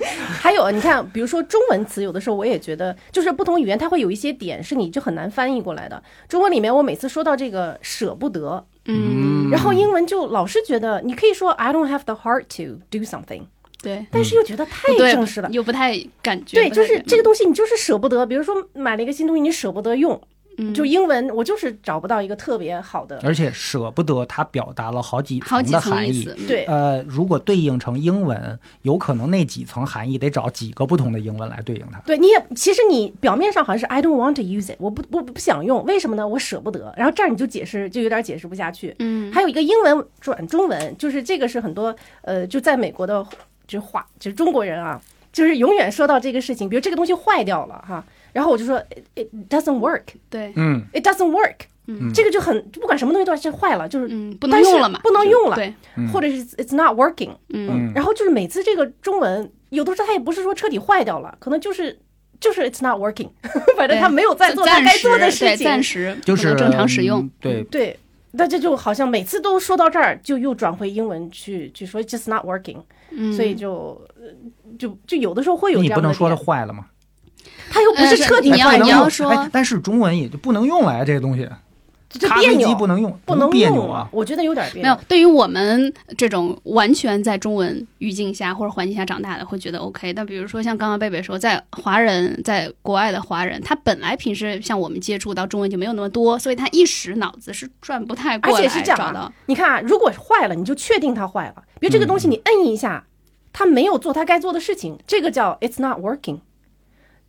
还有，你看，比如说中文词，有的时候我也觉得，就是不同语言它会有一些点是你就很难翻译过来的。中文里面，我每次说到这个舍不得，
嗯，
然后英文就老是觉得，你可以说 I don't have the heart to do something，
对，
但是
嗯
又觉得太
对，
正式了。
又不太感觉。
对，
不
就
太嗯
是
感
这个东西，你就是舍不得。比如说买了一个新东西，你舍不得用，
嗯，
就英文我就是找不到一个特别好的。
嗯
而且舍不得，它表达了好几
好
层
几
的
层
含
意
义
思。。嗯，
对，
呃，如果对应成英文，有可能那几层含义得找几个不同的英文来对应它。
对，你也其实你表面上好像是 I don't want to use it，我不不不想用，为什么呢？我舍不得。然后这儿你就解释就有点解释不下去。
嗯，
还有一个英文转中文，就是这个是很多呃，就在美国的就华就是中国人啊，就是永远说到这个事情，比如这个东西坏掉了哈，然后我就说 it, it doesn't work，it
对，
嗯，
doesn't work，
嗯
这个就很不管什么东西都是坏了，就是
嗯，不
但
能
是
用了嘛，
不能
就
用了
对，
或者是 it's not working，
嗯
然后就是每次这个中文有的时候它也不是说彻底坏掉了，可能就是。就是 it's not working，反 正
对
他没有在做他
暂
该做的
时对
事情，
暂时
就
不能
是
正常使用
嗯。对，
对，那这就好像每次都说到这儿，就又转回英文去去说 just not working，、
嗯，
所以就呃就就有的时候会有这
你
样的
不能说它
点
坏了嘛，
他又不是彻底
呃你要
坏了，
不能
你要
用
说
哎但是中文也就不能用来这个东西，
就
咖
别
啡
扭
机，不能用，
不能
别扭
用
啊。
我觉得有点别
没有
扭。，
对于我们这种完全在中文语境下或者环境下长大的，会觉得 OK。但比如说像刚刚贝贝说，在华人在国外的华人，他本来平时像我们接触到中文就没有那么多，所以他一时脑子是转不太过
而
来，
且是这样
找
啊
到，
你看啊，如果坏了，你就确定它坏了。比如这个
嗯
东西你摁一下，它没有做它该做的事情，这个叫 it's not working。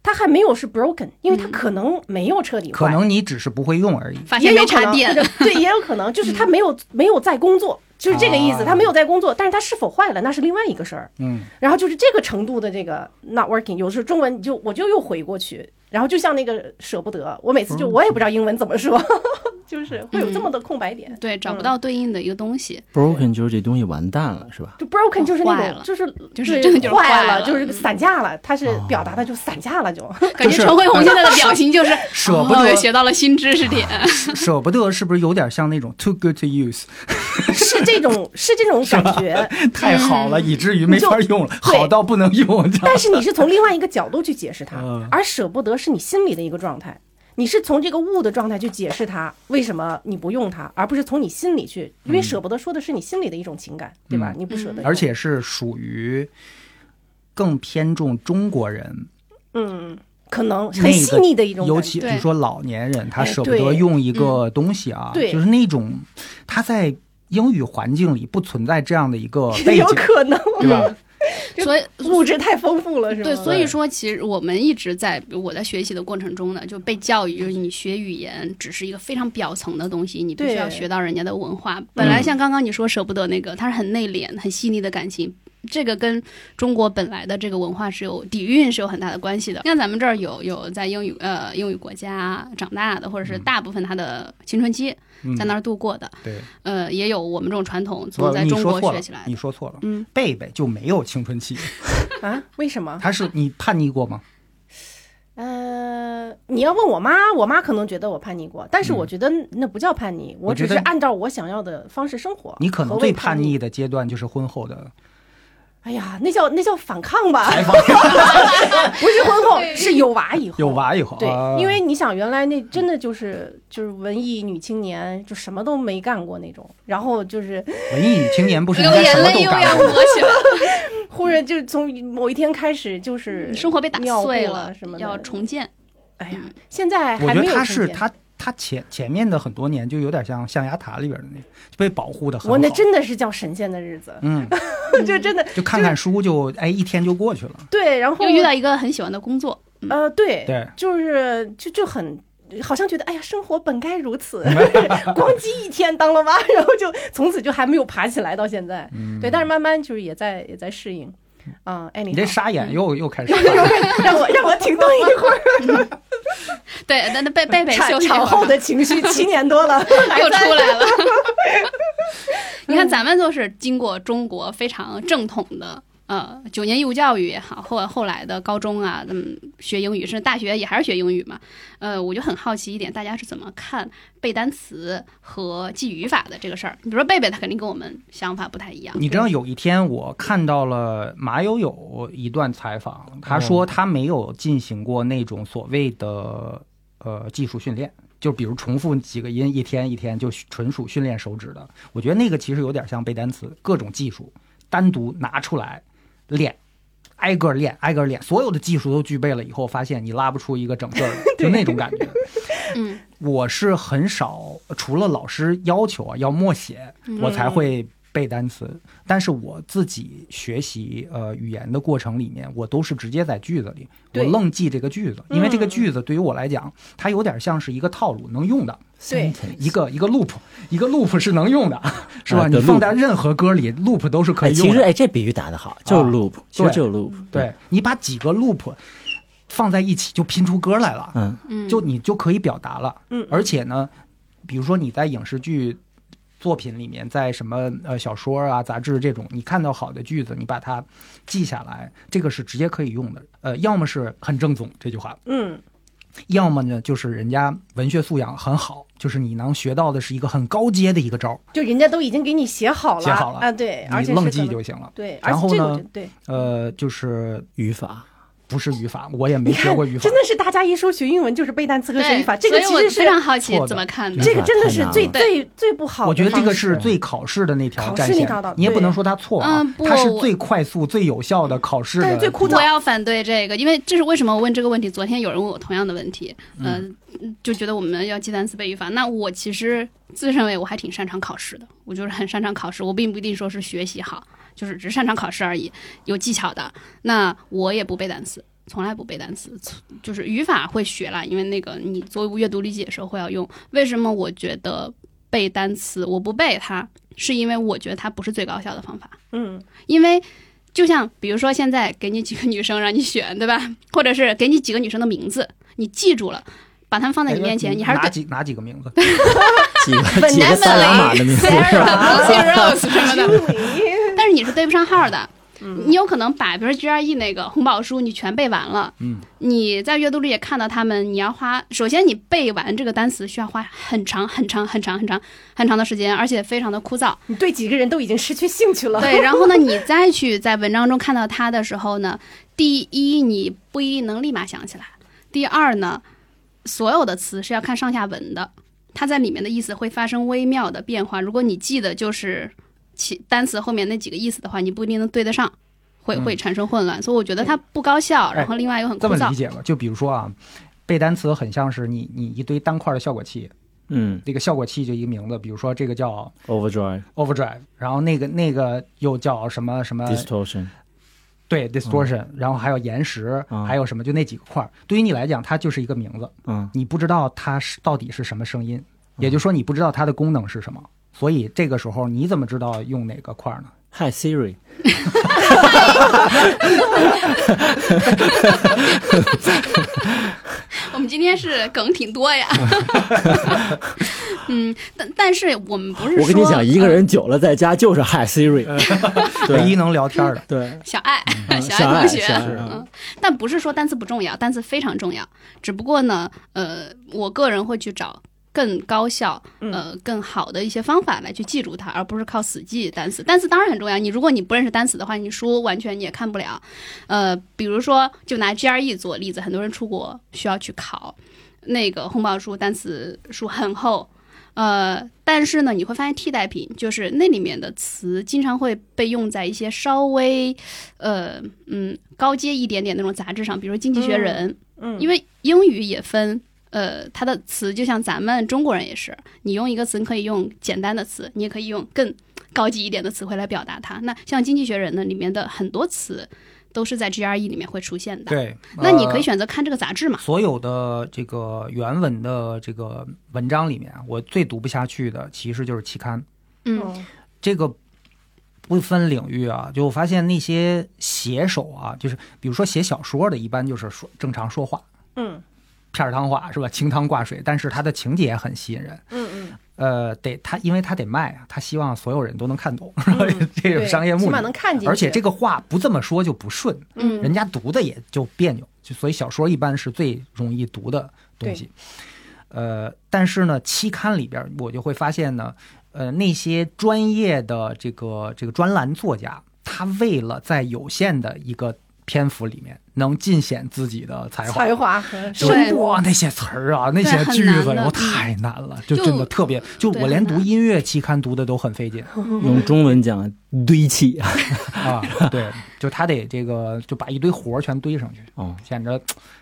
它还没有是 broken，因为它可能没有彻底坏，
可能你只是不会用而已。
嗯发现
也有
没嗯
可能
插 电，
对，也有可能就是他没有、没有在工作，就是这个意思，
啊
他没有在工作，但是他是否坏了那是另外一个事儿。
嗯，
然后就是这个程度的这个 not working，有时候中文你就我就又回过去，然后就像那个舍不得，我每次
嗯
就我也不知道英文怎么说， 就是会有这么多空白点。
对，找不
嗯
到对应的一个东 西。
broken 就是这东西完蛋了，是吧？
就 broken 就是那
坏
种
了，
就是
就是
对
这个就是
坏
坏了
就是
嗯
散架了，他是表达的就散架了就，
感觉陈慧红现在的表情就是
舍不得
哦学到了新知识 点。
舍舍不得是不是有点像那种 too good to use，
嗯是这种是这种感觉，
太好了，以至于没法用了，
对
好到不能用。这 样
但是你是从另外一个角度去解释它
嗯，
而舍不得是你心里的一个状态，你是从这个物的状态去解释它为什么你不用它，而不是从你心里去，因为舍不得说的是你心里的一种情感，对吧？你不舍得，
嗯而且是属于更偏重中国人
嗯，可能很
那个
细腻的一种感觉，
尤其比
对
如说老年人，他
哎
舍不
对
得用一个东西啊，
对
就是那种他在英语环境里不存在这样的一个 背
有
景，
可能
对吧？
所以
物质太丰富了，是吗？
对，所以说其实我们一直在比如我在学习的过程中呢，就被教育就是你学语言只是一个非常表层的东西，你必须要
对
学到人家的文化。本
嗯
来像刚刚你说舍不得那个，它是很内敛、很细腻的感情。这个跟中国本来的这个文化是有底蕴是有很大的关系的。像咱们这儿有有在英语呃英语国家长大的，或者
嗯
是大部分他的青春期在那儿度过的，
对，
呃，也有我们这种传统从
不，
在
你
中
说
国
错
学
了
起来，
你
的。
说错了。
嗯，
贝贝就没有青春期，
啊，为什么？
他是你叛逆过吗？
呃，你要问我妈，我妈可能觉得我叛逆过，但是我觉得那不叫叛逆，我
嗯我
只
觉
是
得
按照我想要的方式生活。
你可
何
能
谓
最
叛
叛逆的阶段就是婚后的
哎呀，那叫那叫反抗吧，
采访，
不是婚后，是有娃以后。
有。娃以后，
对
啊，
因为你想，原来那真的就是就是文艺女青年，就什么都没干过那种，然后就是
文艺女青年不是应
流
该什
眼
么
泪
都
又
干
要
吗？
抹起来。
忽然就从某一天开始就是
生活被打
尿布
碎
了什么的，
要重建。
哎呀，现在
我
还
觉
没
得
有
他
重
是
建，
他他前前面的很多年就有点像象牙塔里边的那个，就被保护的很好。
我那真的是叫神仙的日 子，
嗯，
就真的
就看看书就哎一天就过去了。
对，然后
又遇到一个很喜欢的工作，
呃，对，
嗯对
就是就就很。好像觉得哎呀，生活本该如此， 咣叽一天当了妈，然后就从此就还没有爬起来，到现在。对，但是慢慢就是也在也在适应。啊、哎，
嗯你 这
好
沙眼又又开始
让我让我停顿一会儿，
对，那那贝贝贝
产
休息
产后的情绪七年多 了，
又出来了。你看，咱们都是经过中国非常正统的。呃，九年义务教育也好，或后来的高中啊，嗯，学英语，甚至大学也还是学英语嘛。呃，我就很好奇一点，大家是怎么看背单词和记语法的这个事儿？你比如说贝贝，他肯定跟我们想法不太一样。
你知道有一天我看到了马友友一段采访，他说他没有进行过那种所谓的呃技术训练，就比如重复几个音一天一天，就纯属训练手指的。我觉得那个其实有点像背单词，各种技术单独拿出来练。挨个 练，挨个练，所有的技术都具备了以后，发现你拉不出一个整字儿，就那种感觉。
嗯
我是很少，除了老师要求啊要默写，
嗯
我才会背单词。但是我自己学习呃语言的过程里面，我都是直接在句子里，我
对
愣记这个句子，因为这个
嗯
句子对于我来讲，它有点像是一个套路，能用的。
对
Sentence
一个一个 loop，一个 loop 是能用的，是吧？
啊
你
对
放
loop
在任何歌里，loop 都是可
哎，
以
其
用
实
的。
哎，这比喻打得好，就是 loop，其实就是 loop。
对你把几个 loop 放在一起，就拼出歌来了。
嗯，
嗯，
就你就可以表达了。
嗯
而且呢，比如说你在影视剧作品里面，在什么呃小说啊、杂志这种，你看到好的句子，你把它记下来，这个是直接可以用的。呃，要么是很正宗这句话，
嗯，
要么呢就是人家文学素养很好，就是你能学到的是一个很高阶的一个招儿，
就人家都已经给你写好了，
写好了
啊，对，而
你
且是
愣
可
记
能
就行了。
对，而
然
且
后
这个
呢
我觉得对，
呃，就是
语法，
不是语法，我也没
你
学
看
过语，法
真。的是大家一说学英文就是背单词和学语
对，
法，这
所
个
以
其
我
实
非
是
常好奇
错的
怎么看的。
这个真的
太
是
难
最
了
最最不好的
我
方式。
觉得这个是最考试的那条
考
战
试那
线
条道，
你也不
对
能说它错啊
嗯，不
它是
我
最快速、最有效的考试
但
的
是最枯
我
燥。
要反对这个，因为这是为什么我问这个问题。昨天有人问我同样的问题，呃，就觉得我们要记单词背语法。那我其实自认为我还挺擅长考试的，我就是很擅长考试，我并不一定说是学习好，就是只是擅长考试而已，有技巧的。那我也不背单词。从来不背单词，就是语法会学啦，因为那个你做阅读理解的时候会要用。为什么我觉得背单词我不背它，是因为我觉得它不是最高效的方法。
嗯，
因为就像比如说现在给你几个女生让你选，对吧？或者是给你几个女生的名字，你记住了，把她们放在你面前，你还是
哪
对
哎几哪几个名 字？
几个几个塞拉玛的名字
Lucy Rose 什么的，
对
但是你是对不上号的。你有可能把，比如说 GRE 那个红宝书，你全背完了。
嗯，
你在阅读里也看到他们，你要花，首先你背完这个单词需要花很长、很长、很长、很长、很长的时间，而且非常的枯燥。
你对几个人都已经失去兴趣了。
对，然后呢，你再去在文章中看到它的时候呢，第一你不一定能立马想起来，第二呢，所有的词是要看上下文的，它在里面的意思会发生微妙的变化。如果你记得就是其单词后面那几个意思的话，你不一定能对得上，会
嗯
会产生混乱。所以我觉得它不高效，
哎
然后另外又很枯
这么
燥
理。解吧？就比如说啊，背单词很像是你你一堆单块的效果器，
嗯
那个效果器就一个名字，比如说这个叫
，overdrive
Overdrive，然后那个那个又叫什么什么
distortion，
对 Distortion，、然后还有延时，
嗯
还有什么就那几个块儿。对于你来讲，它就是一个名字，
嗯，
你不知道它是到底是什么声音，也就是说你不知道它的功能是什么。所以这个时候你怎么知道用哪个块儿呢？
Hi Siri，
我们今天 是梗挺多呀。嗯，但但是我们不是说嗯
我跟你讲，一个人久了在家就是 Hi Siri，
唯一
对
能聊天的。
对，
小 爱，
嗯
爱
小爱
同学，
小爱
嗯
嗯，
但不是说单词不重要，单词非常重要。只不过呢，呃，我个人会去找更高效、
嗯
呃更好的一些方法来去记住它，而不是靠死记单词。单词当然很重要，你如果你不认识单词的话，你书完全你也看不了。呃，比如说，就拿 GRE 做例子，很多人出国需要去考，那个红宝书单词书很厚。呃，但是呢，你会发现替代品就是那里面的词经常会被用在一些稍微，呃，嗯，高阶一点点那种杂志上，比如《经济学人》
嗯
因为英语也分，呃，它的词就像咱们中国人也是，你用一个词你可以用简单的词，你也可以用更高级一点的词汇来表达它。那像《经济学人》呢，里面的很多词都是在 GRE 里面会出现的。
对，
那你可
呃
以选择看这个杂志嘛？
所有的这个原文的这个文章里面，我最读不下去的其实就是期刊。
哦
嗯，
这个不分领域啊，就我发现那些写手啊，就是比如说写小说的，一般就是说正常说话，
嗯
片儿汤话是吧？清汤挂水，但是他的情节很吸引人。
嗯嗯，
呃，得他因为他得卖啊，他希望所有人都能看懂，
嗯
这种
对
商业
起
目
码
的
能。看进去。
而且这个话不这么说就不顺，
嗯
人家读的也就别扭，就所以小说一般是最容易读的东西。呃，但是呢，期刊里边儿我就会发现呢，呃，那些专业的这个这个专栏作家，他为了在有限的一个篇幅里面，能尽显自己的才华。
才华和
对
深度
哇，那些词儿啊，那些
很
句
难
子
的
我
嗯
太难了，就
就
真的特别，就
对
我连
很
读
难
音乐期刊读的都很费 劲
用中文讲堆砌啊，
啊。对，就他得这个就把一堆活儿全堆上去，
哦
显着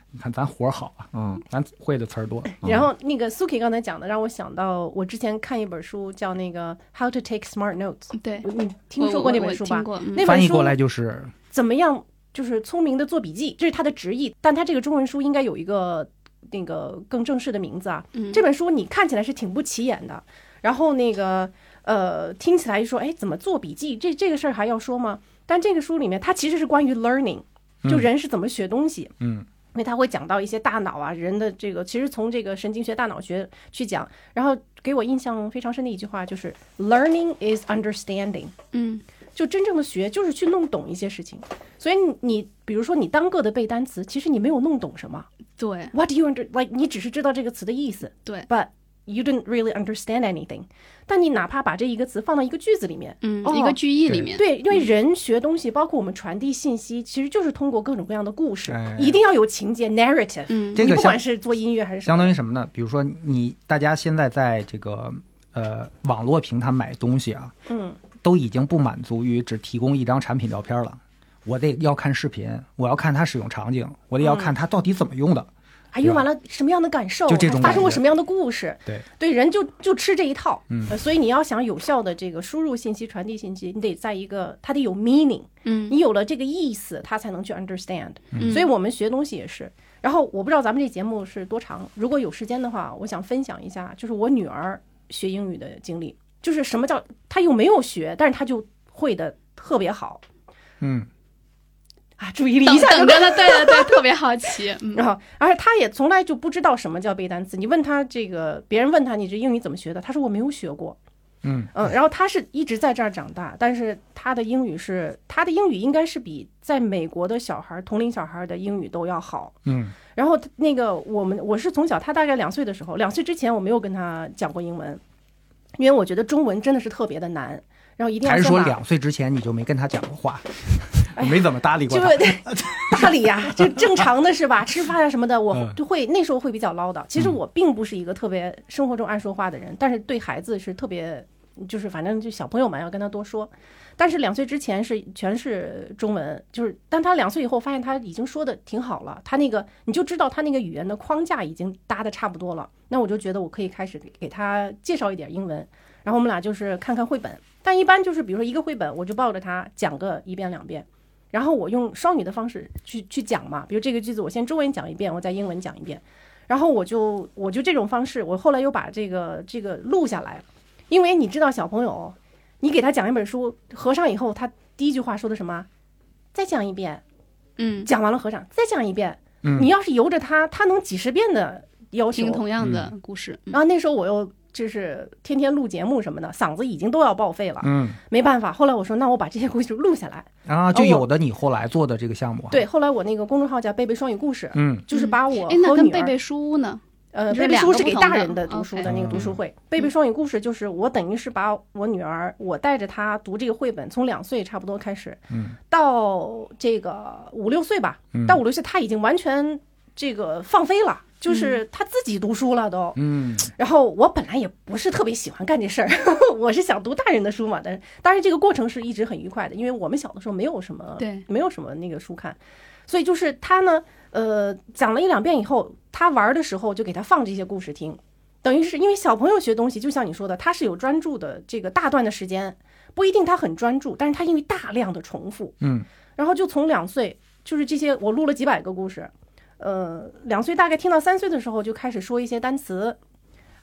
你看咱活儿好啊，
嗯
咱会的词儿多。
然后那个 Suki 刚才讲的，让我想到我之前看一本书，叫那个《How to Take Smart Notes》，
对，
你
我
听说过那
我
本
我
书吧
听？过，嗯
那
翻
本
译过
书
来就是
怎么样就是聪明的做笔记，这是他的直译，但他这个中文书应该有一个那个更正式的名字啊。
嗯
这本书你看起来是挺不起眼的，然后那个呃，听起来就说，哎，怎么做笔记？这这个事儿还要说吗？但这个书里面，它其实是关于 learning，就
嗯
人是怎么学东西。
嗯
因为他会讲到一些大脑啊，人的这个其实从这个神经学、大脑学去讲。然后给我印象非常深的一句话就是 “learning is understanding”，
嗯
就真正的学就是去弄懂一些事情。所以你你比如说你单个的背单词，其实你没有弄懂什么
对
，what do you under like 你只是知道这个词的意思
对，
，but you didn't really understand anything。但你哪怕把这一个词放到一个句子里面，
嗯，
哦
一个句意
对
里面，
对，因为人学东西，包括我们传递信息，其实就是通过各种各样的故事
哎，
一定要有情节 narrative。
嗯
这
你
个
不
像
管是做音乐还是什
相
么，
当于什么呢？比如说你大家现在在这个呃网络平台买东西啊，
嗯，
都已经不满足于只提供一张产品照片了，我得要看视频，我要看它使用场景，我得
嗯
要看它到底怎么用的。
还啊用完了什么样的感受，
就这种
还发
感
生过
觉
什么样的故事，
对，
对人就就吃这一套，
嗯
呃所以你要想有效的这个输入信息、传递信息，你得在一个它得有 meaning，
嗯
你有了这个意思，它才能去 understand。
嗯
所以我们学东西也是。然后我不知道咱们这节目是多长，如果有时间的话，我想分享一下，就是我女儿学英语的经历，就是什么叫她又没有学，但是她就会的特别好
嗯，
啊，注意力
等
一下就
等着呢，对对 对，特别好奇，嗯
然后，而且他也从来就不知道什么叫背单词。你问他这个，别人问他你这英语怎么学的，他说我没有学过。
嗯
然后他是一直在这儿长大，但是他的英语是他的英语应该是比在美国的小孩儿同龄小孩儿的英语都要好。
嗯
然后那个我们我是从小他大概两岁的时候，两岁之前我没有跟他讲过英文，因为我觉得中文真的是特别的难。然后一定要
还是
先
说
把
两岁之前你就没跟他讲过话， 没怎么搭理过
就
他？
大理呀、就正常的是吧？吃饭啊什么的，我
嗯
就会那时候会比较唠叨。其实我并不是一个特别生活中爱说话的人，但是对孩子是特别，就是反正就小朋友嘛，要跟他多说。但是两岁之前是全是中文，就是但他两岁以后发现他已经说的挺好了，他那个你就知道他那个语言的框架已经搭的差不多了。那我就觉得我可以开始给给他介绍一点英文，然后我们俩就是看看绘本。但一般就是比如说一个绘本，我就抱着他讲个一遍两遍，然后我用双语的方式去去讲嘛，比如这个句子我先中文讲一遍，我再英文讲一遍，然后我就我就这种方式，我后来又把这个这个录下来，因为你知道小朋友，你给他讲一本书，合上以后他第一句话说的什么？再讲一遍，
嗯，
讲完了合上，再讲一遍。
嗯
你要是由着他，他能几十遍的要求
听。同样的故事，嗯
然后那时候我又就是天天录节目什么的，嗓子已经都要报废了，
嗯
没办法。后来我说，那我把这些故事录下来。
啊，就
哦我
有的你后来做的这个项目。，啊
对，后来我那个公众号叫贝贝双语故事，
嗯
就是把我
哎，那
和
跟
女
贝
儿
贝书屋呢？
呃，
你是
贝贝
两
书
个
是
不
给
同
大
的
人的读书的
OK 嗯
那个读书会。贝贝双语故事就是我等于是把我女儿，我带着她读这个绘本，从两岁差不多开始，
嗯
到这个五六岁吧，
嗯
到五六岁她已经完全这个放飞了，
嗯
就是她自己读书了都。
嗯
然后我本来也不是特别喜欢干这事儿， 我是想读大人的书嘛，但是当然这个过程是一直很愉快的，因为我们小的时候没有什么
对
没有什么那个书看，所以就是他呢，呃，讲了一两遍以后，他玩的时候就给他放这些故事听，等于是因为小朋友学东西，就像你说的，他是有专注的这个大段的时间，不一定他很专注，但是他因为大量的重复，
嗯
然后就从两岁，就是这些我录了几百个故事，呃，两岁大概听到三岁的时候就开始说一些单词，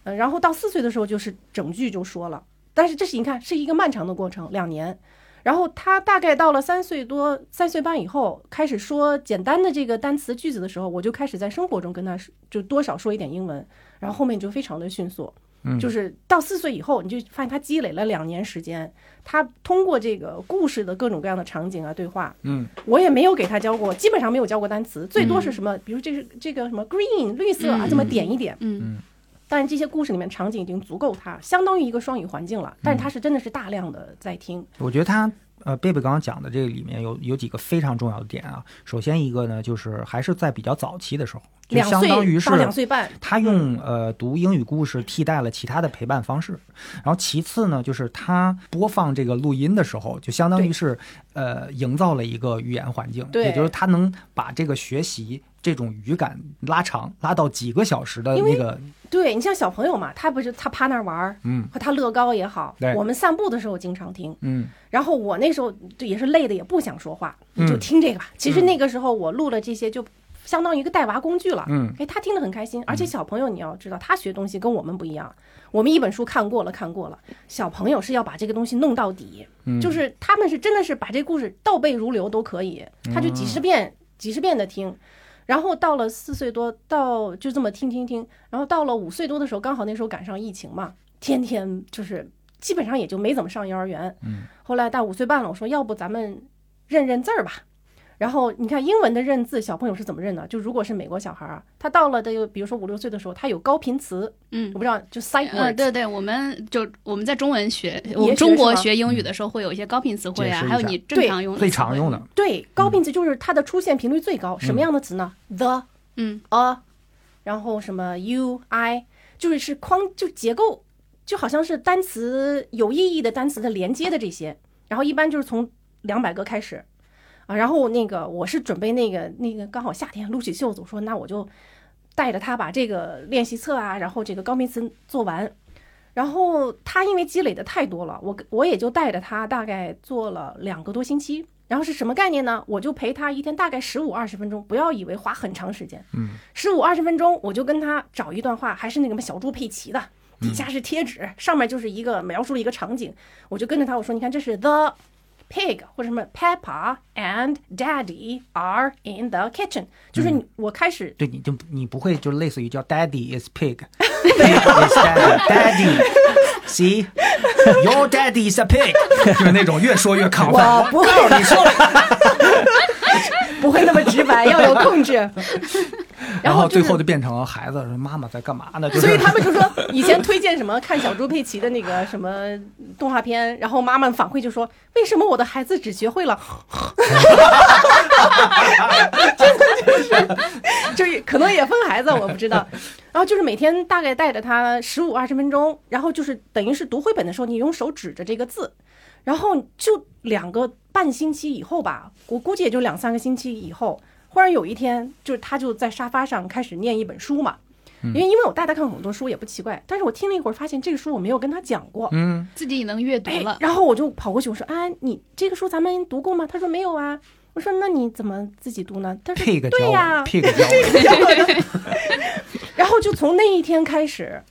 呃，然后到四岁的时候就是整句就说了。但是这是你看是一个漫长的过程，两年。然后他大概到了三岁多、三岁半以后，开始说简单的这个单词句子的时候，我就开始在生活中跟他说就多少说一点英文，然后后面就非常的迅速。
嗯
就是到四岁以后，你就发现他积累了两年时间，他通过这个故事的各种各样的场景啊、对话，
嗯，
我也没有给他教过，基本上没有教过单词，最多是什么，比如这是这个什么 green 绿色啊，
嗯
这么点一点。
嗯
但是这些故事里面
嗯
场景已经足够他，相当于一个双语环境了。但是他是真的是大量的在听，
我觉得他呃，贝贝刚刚讲的这个里面有有几个非常重要的点啊。首先一个呢，就是还是在比较早期的时候，就
两
相
岁
当于是
到两岁半，
他
嗯
用呃读英语故事替代了其他的陪伴方式，然后其次呢，就是他播放这个录音的时候，就相当于
对
是呃营造了一个语言环境，
对
也就是他能把这个学习这种语感拉长，拉到几个小时的
因
那
为
个，
对你像小朋友嘛，他不是他趴那儿玩儿，
嗯
和他乐高也好
对，
我们散步的时候经常听。
嗯
然后我那时候就也是累的，也不想说话，
嗯
就听这个吧。其实那个时候我录了这些，就相当于一个带娃工具了。
嗯
哎，他听得很开心，而且小朋友你要知道，他学东西跟我们不一样。我们一本书看过了，看过了，小朋友是要把这个东西弄到底，
嗯，
就是他们是真的是把这故事倒背如流都可以，他就几十
嗯
遍、几十遍的听。然后到了四岁多，到就这么听听听，然后到了五岁多的时候，刚好那时候赶上疫情嘛，天天就是基本上也就没怎么上幼儿园。
嗯，
后来到五岁半了，我说要不咱们认认字儿吧。然后你看英文的认字，小朋友是怎么认的？就如果是美国小孩儿啊，他到了得有，比如说五六岁的时候，他有高频词，
嗯
我不知道，就 sight
呃，
word，、
对对，我们就我们在中文学，我们
也学
中国
是吗
学英语的时候会有一些高频词汇
解释
啊，
一
还有
下
你正
对
常用的
最
词
常
汇
用的，
对，高频词就是它的出现频率最高。什么样的词呢？the
嗯
a，然后什么 u i，就是是框就结构，就好像是单词有意义的单词的连接的这些。然后一般就是从两百个开始啊。然后那个我是准备那个那个刚好夏天撸起袖子，我说那我就带着他把这个练习册啊，然后这个高频词做完。然后他因为积累的太多了，我我也就带着他大概做了两个多星期。然后是什么概念呢？我就陪他一天大概十五二十分钟，不要以为花很长时间，
嗯，
十五二十分钟我就跟他找一段话，还是那个小猪佩奇的，底下是贴纸，上面就是一个描述了一个场景，我就跟着他我说，你看这是 the pig 或者什么 Peppa and Daddy are in the kitchen，就是你、我开始
对，你就你不会就类似于叫 Daddy is pig，没有 Daddy，See your daddy is a pig，就是那种越说越亢奋。
我不会，你说了， 不会那么直白，要有控制。
然
然
后
后
最
就是
后就变成了孩子说妈妈在干嘛 呢？就是
所以他们就说，以前推荐什么看小猪佩奇的那个什么动画片，然后妈妈反馈就说，为什么我的孩子只学会了，真的就是，就可能也分孩子，我不知道。然后就是每天大概带着他十五二十分钟，然后就是等于是读绘本的时候，你用手指着这个字，然后就两个半星期以后吧，我估计也就两三个星期以后，忽然有一天，就是他就在沙发上开始念一本书嘛。
嗯
因为因为我带他看很多书也不奇怪，但是我听了一会儿，发现这个书我没有跟他讲过，
嗯，
自己能阅读
哎
了，
然后我就跑过去我说：“啊，你这个书咱们读过吗？”他说：“没有啊。”我说：“那你怎么自己读呢？” 他说：“
，pig
对
教我
呀、
，pig 教我，
然后就从那一天开始，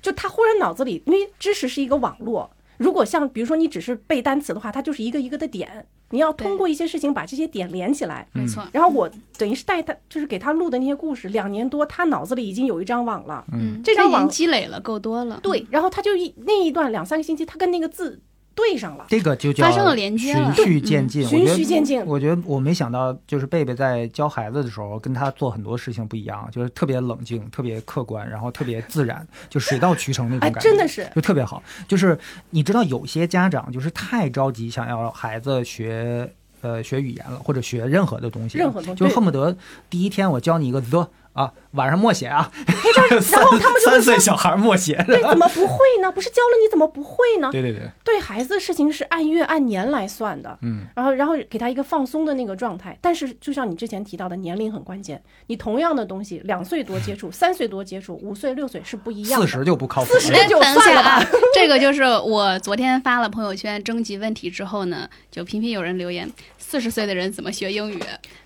就他忽然脑子里，因为知识是一个网络，如果像比如说你只是背单词的话，它就是一个一个的点，你要通过一些事情把这些点连起来。
嗯
没错，
然后我等于是带他，就是给他录的那些故事，两年多，他脑子里已经有一张网了。
嗯，
这
他
张
已经
网
积累了够多了，嗯
嗯
对，然后他就一那一段两三个星期，他跟那个字对上 了。
这个就叫
发生了连接了
循序渐进。我
嗯循
觉
序
得，
渐进，
我觉得我没想到，就是贝贝在教孩子的时候，跟他做很多事情不一样，就是特别冷静，特别客观，然后特别自然，就水到渠成那种
哎，
感觉。
真的是，
就特别好。就是你知道，有些家长就是太着急想要孩子学呃学语言了，或者学任何的东西了，
任何东西
就
对
恨不得第一天我教你一个 the 啊，晚上默写啊，
然后他们就
三
会
岁
说，
小孩默写。
对，怎么不会呢？不是教了你怎么不会呢？
对对对，
对孩子的事情是按月按年来算的，
嗯，
然后然后给他一个放松的那个状态。但是就像你之前提到的，年龄很关键。你同样的东西，两岁多接 触，三岁多接触，五岁六岁是不一样的。
四十就不靠谱
四十
了。
哎，
那就
等一
算
下
了吧
啊，这个就是我昨天发了朋友圈征集问题之后呢，就频频有人留言：四十岁的人怎么学英语？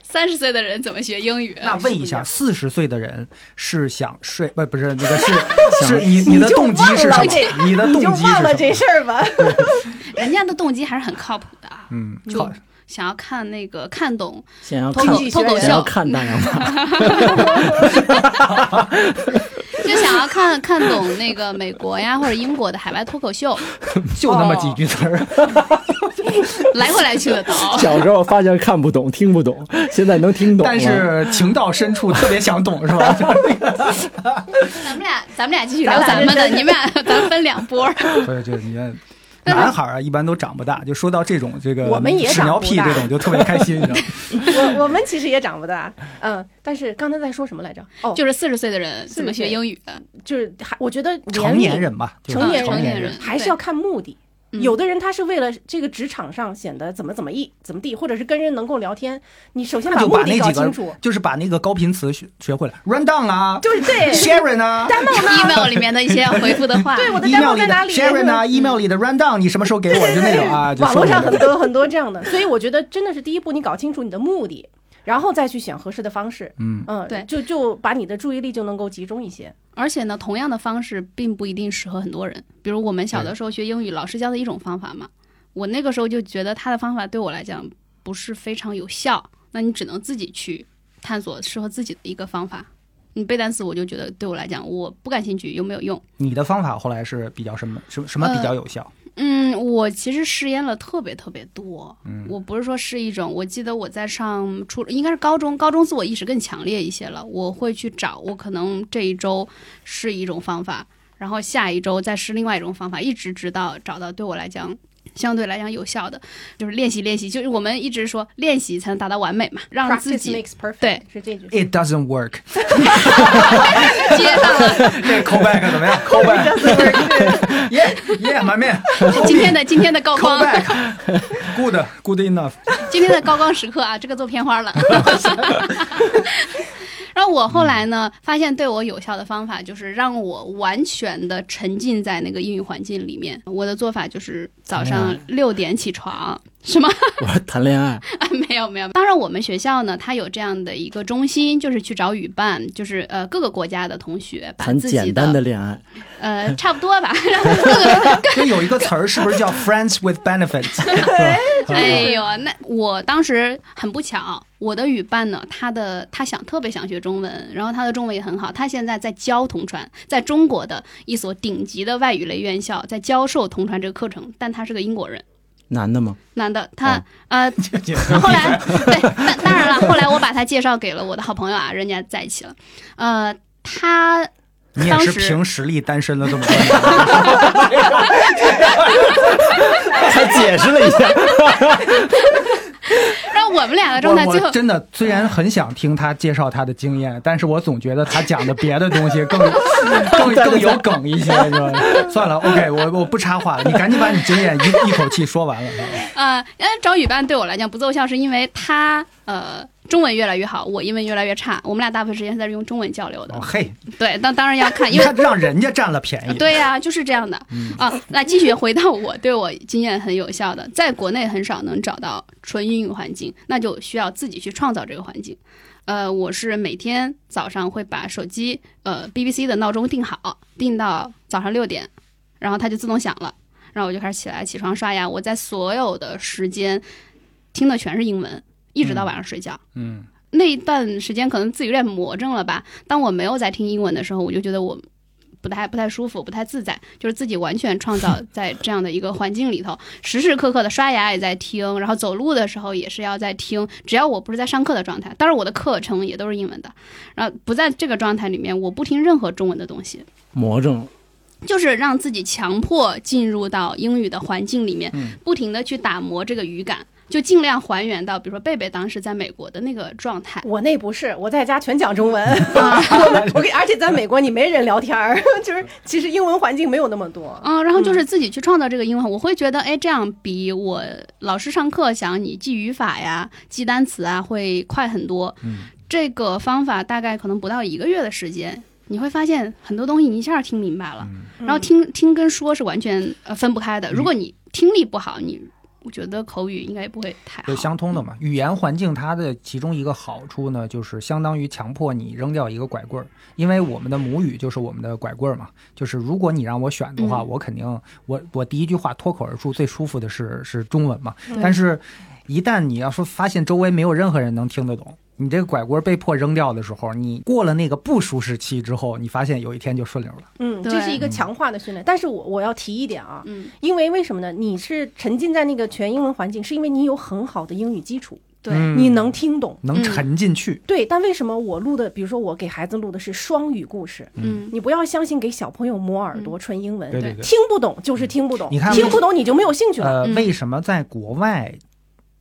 三十岁的人怎么学英语？
那问一下，四十岁的人是想睡不？不是那 个是是
想
你你的
就
动机
忘
是什
了这
么？你的
你
动
就
机是
忘
什么
了？这事儿 吧。
人家的动机还是很靠谱的啊，
嗯，
就想要看那个看懂
想要
脱
看
同
口
济
脱口
学
想要
秀，
看大洋 马，
就想要看看懂那个美国呀或者英国的海外脱口秀，
就那么几句
哦
词儿。
来回来去的都。
小时候发现看不懂、听不懂，现在能听懂 了。
但是情到深处特别想懂，是 吧？就是那个，
咱们俩咱们俩继续
咱
聊
俩
咱们的，
认真
你们俩咱们分两波儿。
不是，就是你看男孩啊一般都长不大，就说到这种这个
我们也
屎尿
长不
屁
大
这种就特别开心，你知 道吗？
我我们其实也长不大，嗯，但是刚才在说什么来着？哦，
就是四十岁的人怎么学英语的？
就是还我觉得年
成
龄
年人吧，就是
成年人
成年
人
人，
还是要看目的。
嗯
有的人他是为了这个职场上显得怎么怎么一怎么地，或者是跟人能够聊天，你首先
那就
目
把
的
那
搞
几
清楚
个，就是把那个高频词学学会了，run down 啊
就是对
，Sharon 啊。
email 里面的一些回复的话，
对我的
email
demo
里
在
的
哪里
Sharon 啊，email 里的 run down，你什么时候给我？就那种啊，就
网
说
络
我
上
的
很多很多这样的，所以我觉得真的是第一步，你搞清楚你的目的，然后再去选合适的方式。
嗯
嗯，
对
就就把你的注意力就能够集中一些。
而且呢，同样的方式并不一定适合很多人。比如我们小的时候学英语，老师教的一种方法嘛，我那个时候就觉得他的方法对我来讲不是非常有效，那你只能自己去探索适合自己的一个方法。你背单词，我就觉得对我来讲我不感兴趣，有没有用？
你的方法后来是比较什么什么什么比较
呃
有效？
嗯，我其实试验了特别特别多。嗯，我不是说是一种，我记得我在上初应该是高中，高中自我意识更强烈一些了。我会去找，我可能这一周是一种方法，然后下一周再试另外一种方法，一直直到找到对我来讲。相对来讲有效的就是练习练习，就是我们一直说练习才能达到完美嘛，让自
Practice
己
makes perfect，
对，
是这句。
It doesn't work，
接到了
这 callback 怎 么样？callback，yeah yeah，my man，callback，good
今天的今天的高光，
good enough。
今天的高光时刻啊，这个做片花了。 然后我后来呢，发现对我有效的方法就是让我完全的沉浸在那个英语环境里面。我的做法就是早
哎
上六点起床，什 么？
我说谈恋爱，
没有没有。当然，我们学校呢，它有这样的一个中心，就是去找语伴，就是呃各个国家的同学把
谈
自己
简单的恋爱，
呃差不多吧，让他们各个
就有一个词儿是不是叫 friends with benefits？
哎呦，那我当时很不巧，我的语伴呢，他的他想特别想学中文，然后他的中文也很好，他现在在教同传，在中国的一所顶级的外语类院校在教授同传这个课程，但他是个英国人。
男的吗？
男的，他、
哦
呃， 后来对，当当然了，后来我把他介绍给了我的好朋友啊，人家在一起了，呃，他
你也
当
是
时
凭实力单身了这么多年，
他解释了一下，
让我们俩的状态
我
最后
我真的虽然很想听他介绍他的经验，但是我总觉得他讲的别的东 西更更更有梗一些，你知道吗？算了，OK，我我不插话了，你赶紧把你经验一一口气说完了。
呃，呃，找语伴对我来讲不奏效，是因为他呃中文越来越好，我英文越来越差，我们俩大部分时间在用中文交流的。
哦嘿，
对，当当然要看，
你
因为
看让人家占了便宜。嗯
对呀、就是这样的、啊。那继续回到我对我经验很有效的，在国内很少能找到纯英语环境，那就需要自己去创造这个环境。呃，我是每天早上会把手机呃 BBC 的闹钟定好，定到早上六点，然后它就自动响了，然后我就开始起来起床刷牙。我在所有的时间听的全是英文，一直到晚上睡觉。
嗯，
那一段时间可能自己有点魔怔了吧。当我没有在听英文的时候，我就觉得我不太不太舒服，不太自在，就是自己完全创造在这样的一个环境里头， 时时刻刻的刷牙也在听，然后走路的时候也是要在听。只要我不是在上课的状态，当然我的课程也都是英文的，然后不在这个状态里面，我不听任何中文的东西。
魔怔，
就是让自己强迫进入到英语的环境里面，不停的去打磨这个语感，就尽量还原到，比如说贝贝当时在美国的那个状态。
我那不是，我在家全讲中文。 我们我跟，而且在美国你没人聊天儿， 就是其实英文环境没有那么多。
嗯，然后就是自己去创造这个英文，我会觉得，哎，这样比我老师上课想你记语法呀、记单词啊，会快很多。嗯，这个方法大概可能不到一个月的时间，你会发现很多东西你一下听明白了，然
嗯
后听听跟说是完全呃分不开的。如果你听力不好，你我觉得口语应该不会太
有
好。嗯
相通的嘛。语言环境它的其中一个好处呢，就是相当于强迫你扔掉一个拐棍儿，因为我们的母语就是我们的拐棍儿嘛。就是如果你让我选的话，
嗯
我肯定我我第一句话脱口而出最舒服的是是中文嘛
对。
但是，一旦你要说发现周围没有任何人能听得懂。你这个拐棍儿被迫扔掉的时候，你过了那个不舒适期之后，你发现有一天就顺溜了。
嗯，
对
这是一个强化的训练。但是我我要提一点啊，
嗯
因为为什么呢？你是沉浸在那个全英文环境，是因为你有很好的英语基础。
对，
嗯
你能听懂。
能沉进去，
对，但为什么我录的，比如说我给孩子录的是双语故事，
嗯，
你不要相信给小朋友磨耳朵纯英文，
对对对。
听不懂就是听不懂，
你看
听不懂你就没有兴趣了。
呃，
嗯
为什么在国外，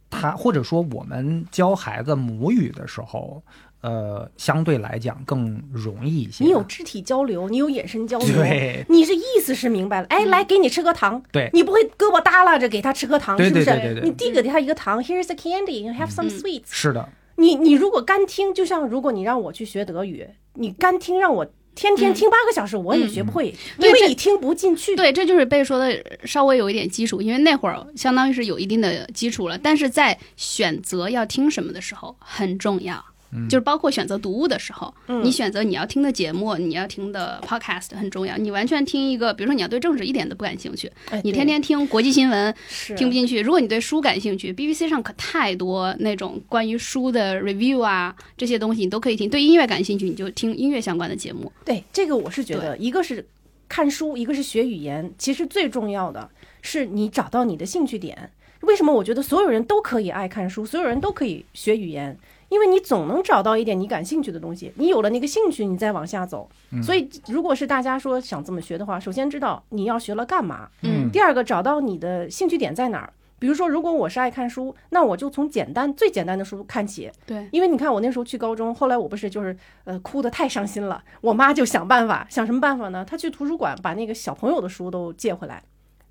他或者说我们教孩子母语的时候，呃，相对来讲更容易一些呢？
你有 肢体交流，你有眼神交流，
对
你是意思是明白了。
嗯
哎，来给你吃颗糖，
对
你不会胳膊耷拉着给他吃颗糖，
对
是不
对
是？
对对对 Mm-hmm
你递给他一个糖，Here's a candy, you have some
嗯
sweets。
是的，
你你如果干听，就像如果你让我去学德语，你干听让我天
嗯
天听八个小时，我也学不会，
对
因为
嗯这
你听不进 去。
对，这就是被说的稍微有一点基础，因为那会儿相当于是有一定的基础了。但是在选择要听什么的时候很重要，
嗯
就是包括选择读物的时候，你选择你要听的节目、你要听的 podcast 很重要。你完全听一个，比如说你要对政治一点都不感兴趣，
哎
你
对
天天听国际新闻
是
听不进去。如果你对书感兴趣，BBC 上可太多那种关于书的 review 啊这些东西，你都可以听。对音乐感兴趣，你就听音乐相关的节目。
对，这个我是觉得，一个是看书，一个是学语言。其实最重要的是你找到你的兴趣点。为什么我觉得所有人都可以爱看书，所有人都可以学语言？因为你总能找到一点你感兴趣的东西，你有了那个兴趣，你再往下走。所以，如果是大家说想这么学的话，首先知道你要学了干嘛，
嗯
第二个找到你的兴趣点在哪儿。比如说，如果我是爱看书，那我就从简单最简单的书看起，
对，
因为你看我那时候去高中，后来我不是就是呃哭得太伤心了，我妈就想办法，想什么办法呢？她去图书馆把那个小朋友的书都借回来。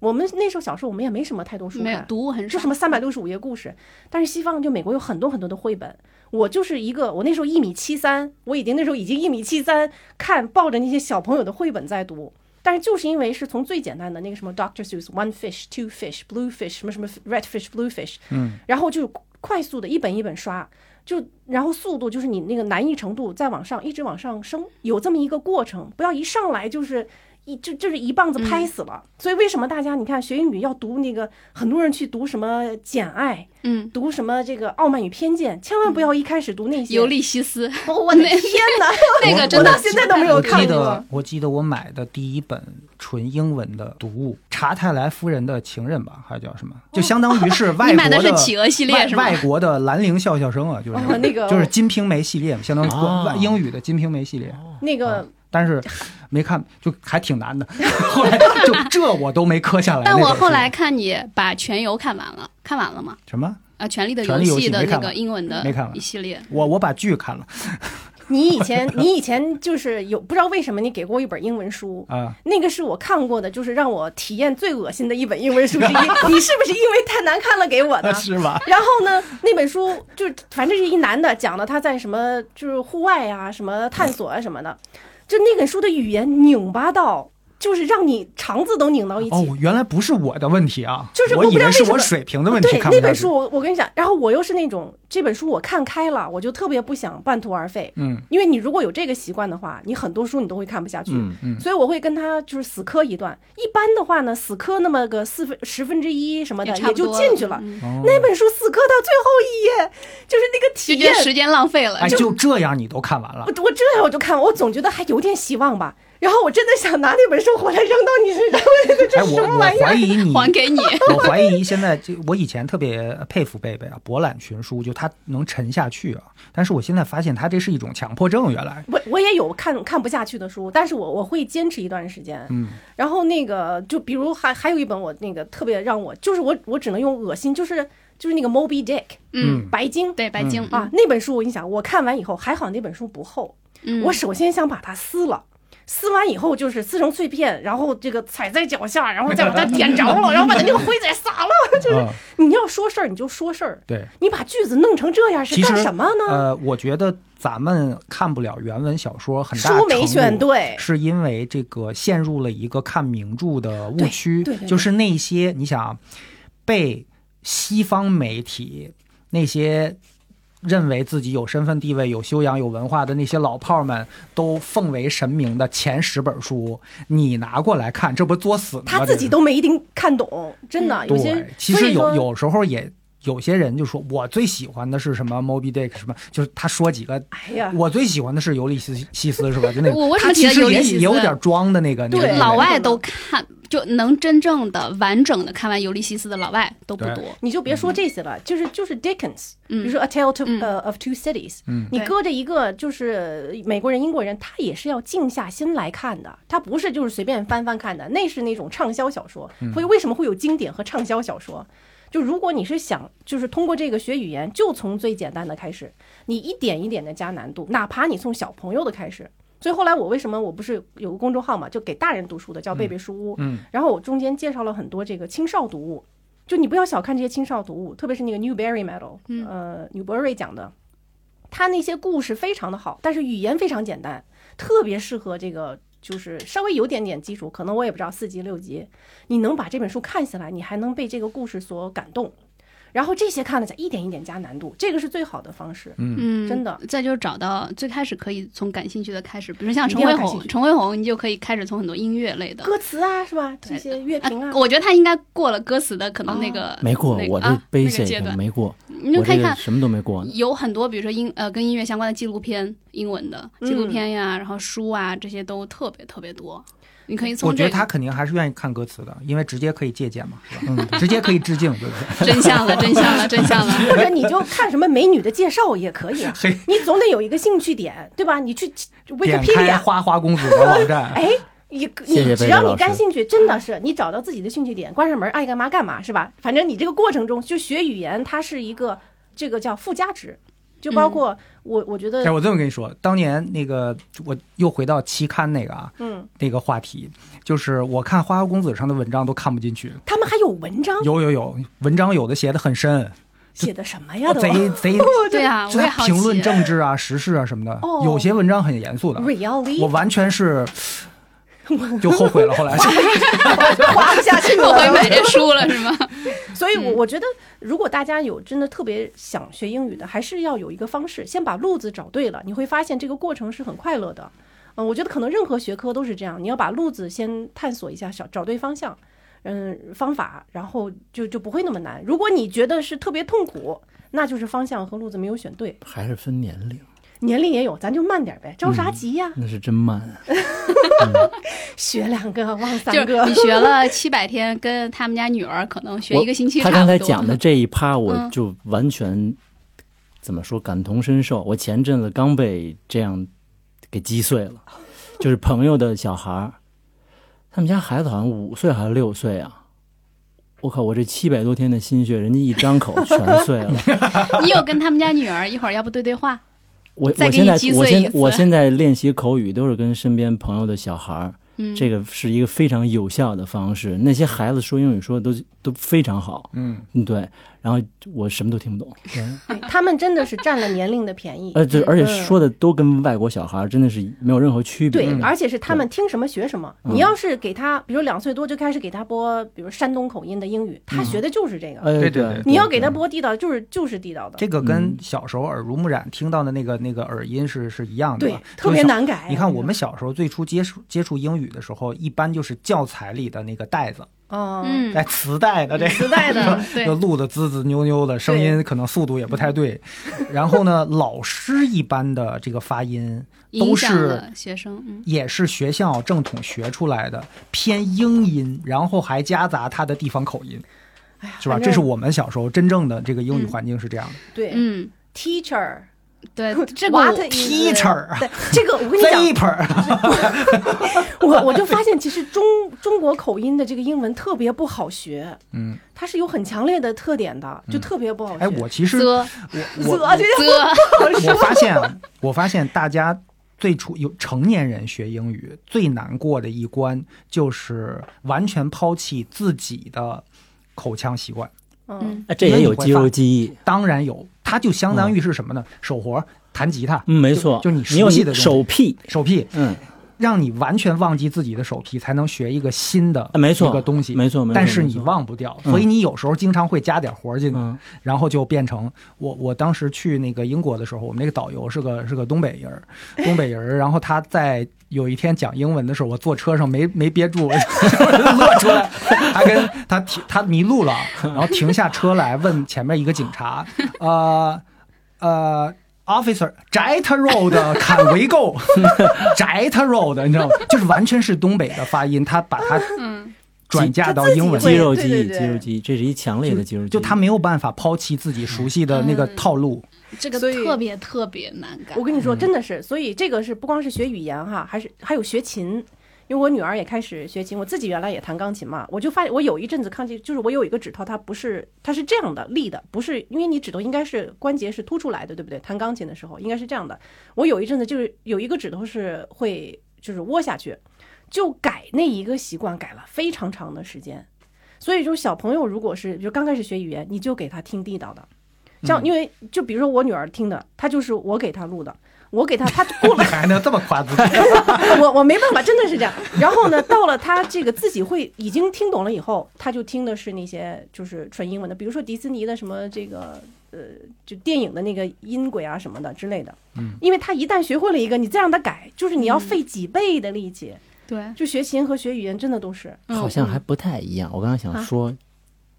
我们那时候小时候我们也没什么太多书
没有
看，
读物很
就
少嗯
什。么三百六十五页故事，但是西方就美国有很多很多的绘本。我就是一个，我那时候一米七三，我已经那时候已经一米七三，看抱着那些小朋友的绘本在读。但是就是因为是从最简单的那个什么 Doctor Seuss One Fish Two Fish Blue Fish 什么什么 Red Fish Blue Fish，嗯，然后就快速的一本一本刷，就然后速度就是你那个难易程度再往上一直往上升，有这么一个过程，不要一上来就是一就就是一棒子
嗯
拍死了。所以为什么大家你看学英语要读那个很多人去读什么《简爱》，
嗯，
读什么这个《傲慢与偏见》，千万不要一开始读那些。
尤利西斯，
我我的天哪，
那个真
我
的
到现在都没有
我
看
记
过
得。我记得我买的第一本纯英文的读物《查泰莱夫人的情人》吧，还叫什么？就相当于是外
你
国
买的是企鹅系列
外
是吗
外？国的兰陵笑笑生啊，就是、
哦那个
就是《金瓶梅》系列嘛，相当于国、
哦
英语的《金瓶梅》系列。
那个
但是没看，就还挺难的。 后来就这我都没磕下来。
但
那
我
本
后
书
来看你把《全游》看完了，看完了吗？
什么？
啊，《权力的
权力游
游
戏
戏》的
没
那
看
个
完
英文的
没看完
一系列，
我我把剧看了
你以前你以前就是有不知道为什么你给过我一本英文书。
啊，
那个是我看过的，就是让我体验最恶心的一本英文书之一。 你是不是因为太难看了给我的？
是吧？
然后呢，那本书就是反正是一男的讲的他在什么就是户外啊、什么探索啊什么的，就那本书的语言拧巴到，就是让你肠子都拧到一起。
哦，原来不是我的问题啊，
就是
我
我不
以
知道
为
为
是
什
我
么
水平的问题
对
看不
那
下
本
去
书，我我跟你讲，然后我又是那种这本书我看开了，我就特别不想半途而废。
嗯，
因为你如果有这个习惯的话，你很多书你都会看不下去。
嗯
嗯
所以我会跟他就是死磕一段。一般的话呢，死磕那么个四分十分之一什么的
也差不
就
多
进去了。
嗯
哦
那本书死磕到最后一页，就是那个体
就觉
验
得时间浪费了
哎，。就这样你都看完了
我，我这样我就看，我总觉得还有点希望吧。然后我真的想拿那本书回来扔到你身上，我觉得
哎，
这
我
什么
我
玩意
怀
儿？
疑你，嗯
还给你，
我怀疑现在这，我以前特别佩服贝贝啊，博览群书，就他能沉下去啊。但是我现在发现他这是一种强迫症，原来
我我也有看看不下去的书，但是我我会坚持一段时间。嗯，然后那个就比如还还有一本我那个特别让我就是我我只能用恶心，就是就是那个 Moby Dick，
嗯，
白 鲸
对，嗯白鲸
嗯
啊，，那本书我跟你讲，我看完以后还好那本书不厚，
嗯
我首先想把它撕了。撕完以后就是撕成碎片，然后这个踩在脚下，然后再把它点着了，然后把它那个灰再撒 了。就是
啊
你要说事儿你就说事儿，
对。
你把句子弄成这样是
其实
干什么呢？
呃，我觉得咱们看不了原文小说，很大
书没
程度
选对
是因为这个陷入了一个看名著的误区
对对对，对
就是那些你想被西方媒体那些。认为自己有身份地位、有修养、有文化的那些老炮儿们，都奉为神明的前十本书，你拿过来看，这不作死呢吗？
他自己
这是
都没一定看懂，真的有些
对，其
所
实
以
有
说
有时候也有些人就说我最喜欢的是什么 Moby Dick 什么，就是他说几个，
哎呀，
我最喜欢的是尤利西西斯是吧？就那个，
我为什么
他
提
其
到
实
尤利
也
西斯
也有点装的那个，那个
对
意味
老外都看，就能真正的完整的看完《尤利西斯》的老外都不多。
你就别说这些了，就是就是 Dickens，比
嗯
如说《A Tale to
嗯
呃 of Two Cities》，
嗯
你
对
搁着一个就是美国人、英国人，他也是要静下心来看的，他不是就是随便翻翻看的，那是那种畅销小说。会为什么会有经典和畅销小说？就如果你是想就是通过这个学语言，就从最简单的开始，你一点一点的加难度，哪怕你从小朋友的开始。所以后来我为什么我不是有个公众号嘛，就给大人读书的叫贝贝书屋，
嗯，
然后我中间介绍了很多这个青少读物，就你不要小看这些青少读物，特别是那个 Newbery Medal，、呃，纽伯瑞奖的，他那些故事非常的好，但是语言非常简单，特别适合这个就是稍微有点点基础，可能我也不知道四级六级，你能把这本书看下来，你还能被这个故事所感动，然后这些看了下一点一点加难度，这个是最好的方式。
嗯，
真的。
再就是找到最开始可以从感兴趣的开始，比如像
一定
陈慧
要感兴
红，
趣
陈慧红你就可以开始从很多音乐类的。
歌词啊，是吧？这些乐评啊，
我觉得他应该过了歌词的可能那个
没过
那，个
我这
啊
悲
那个
险
阶
的
段，
没过，
你就
我
看
这
一
个
看
什么都没过呢。
有很多，比如说英呃跟音乐相关的纪录片，英文的
嗯
纪录片呀，然后书啊，这些都特别特别多。你可以
我
从
觉
这
得
个
他肯定还是愿意看歌词的，因为直接可以借鉴嘛，是吧？嗯， 直接可以致敬，对不 对？
真相了，真相了，真相了。
或者你就看什么美女的介绍也可 以啊
嘿，
你总得有一个兴趣点，对吧？你去
点开啊
Wikipedia，
花花公子的网 站，
哎，你
谢
你
谢
只
贝
要
贝
你
老
感
师
兴趣，真的是你找到自己的兴趣点，关上门爱干嘛干嘛，是吧？反正你这个过程中就学语言，它是一个这个叫附加值，就
嗯
包括我我觉
但是
得
哎我这么跟你说，当年那个我又回到期刊那个啊，
嗯，
那个话题，就是我看《花花公子》上的文章都看不进去，
他们还有文章
有有有，文章有的写的很深，
写的什么呀都
贼贼，
对 啊，
就
我也
他
好
评论
奇。
政治啊、时事啊什么的
哦，
有些文章很严肃的，我
，really
完 全是就后悔了。后来
滑不下去
我会
了。
买这书了是 吗？
所以我，
嗯
我觉得，如果大家有真的特别想学英语的，还是要有一个方式，先把路子找对了，你会发现这个过程是很快乐的。嗯，我觉得可能任何学科都是这样，你要把路子先探索一下，找找对方向，嗯，方法，然后就就不会那么难。如果你觉得是特别痛苦，那就是方向和路子没有选对，
还是分年龄，
年龄也有，咱就慢点呗，着
嗯
啥急呀？
那是真慢啊。
学两个忘
就
三
是
个
你，学了七百天，跟他们家女儿可能学
我
一个星期差
啊他
不多。
刚才讲的这一趴，我
嗯
就完全怎么说感同身受。我前阵子刚被这样给击碎了，就是朋友的小孩儿，他们家孩子好像五岁还是六岁啊。我靠！我这七百多天的心血，人家一张口全碎了。
你有跟他们家女儿一会儿要不对对 话？
我
再
我
给
现
你
在
击
我
碎一
现
次
我现在练习口语都是跟身边朋友的小孩儿，
嗯，
这个是一个非常有效的方式。那些孩子说英语说的都都非常好，
嗯，
嗯，对。然后我什么都听不懂，
对他们真的是占了年龄的便宜。
呃，对，而且
嗯
说的都跟外国小孩儿真的是没有任何区别。
对，
嗯
而且是他们听什么学什么。你要是给他，比如两岁多就开始给他播，比如山东口音的英语，他学的就是这个。
呃，
对对嗯哎对
对，
你要给他播地道，就是就是地道的
这，个跟小时候耳濡目染听到的那个那个耳音是是一样的
对
吧，，
特别
就是啊小。
难改。
你看，我们小时候最初接触接触英语的时候，一般就是教材里的那个袋子，
啊，
嗯，
带磁带的这个
磁带 的
对
就录的滋滋扭扭的，声音可能速度也不 太对。然后呢，老师一般的这个发音
影
都
响
是
了学生，嗯，
也是学校正统学出来的，偏英音，然后还夹杂他的地方口音，是
哎
吧？
反正
这是我们小时候真正的这个英语环境是这样的。
对
嗯，
，teacher，
对，这个
what
我
is-
Teacher
对，这个我跟你讲，
Zipper，
我 我就发现，其实中中国口音的这个英文特别不好学，
嗯，
它是有很强烈的特点的，就特别不好学。
哎，我其 实我
啧
我
啧就
啧，
我发现啊，我发现大家最初有成年人学英语最难过的一关，就是完全抛弃自己的口腔习惯。
嗯，
哎这也有肌肉记忆，
当然有，它就相
嗯
当于是什么呢？手活、弹吉他，
嗯，没错，
就就你
有
熟悉的东西
手癖，
手屁。
嗯，
让你完全忘记自己的手皮，才能学一个新的
啊没错
一个东西，
没错没错
但是
没
你
错
忘不掉，
嗯
所以你有时候经常会加点活儿进去，
嗯
然后就变成我我当时去那个英国的时候，我们那个导游是个是个东北人儿，东北人儿，然后他在有一天讲英文的时候，我坐车上没没憋住，我就 乐出来，他跟他停他迷路了，然后停下车来问前面一个警察，呃呃。Officer Jet Road can we go Jet Road，你知道吗？就是完全是东北的发音，他把它
嗯，
转嫁到英文
对
肌
里，
肉
对
记
对
忆，
对
肌肉记忆，这是一强烈的肌肉记忆。
就他没有办法抛弃自己熟悉的
嗯
那个套路。
这个
所以
特别特别难改
我。跟你说，真的是，所以这个是不光是学语言哈，还是还有学琴。因为我女儿也开始学琴，我自己原来也弹钢琴嘛，我就发现我有一阵子抗击，就是我有一个指头，它不是它是这样的立的，不是因为你指头应该是关节是凸出来的，对不对？弹钢琴的时候应该是这样的。我有一阵子就是有一个指头是会就是窝下去，就改那一个习惯改了非常长的时间。所以说，小朋友如果是就刚开始学语言，你就给他听地道的，像因为就比如说我女儿听的，她就是我给她录的，我给她她过
你
了，
还能这么夸自己？
我我没办法，真的是这样。然后呢，到了她这个自己会已经听懂了以后，她就听的是那些就是纯英文的，比如说迪士尼的什么这个呃，就电影的那个音轨啊什么的之类的。
嗯，
因为她一旦学会了一个，你再让她改，就是你要费几倍的力气。
对，
就学琴和学语言真的都是，
嗯
好像还不太一样。我刚刚想说，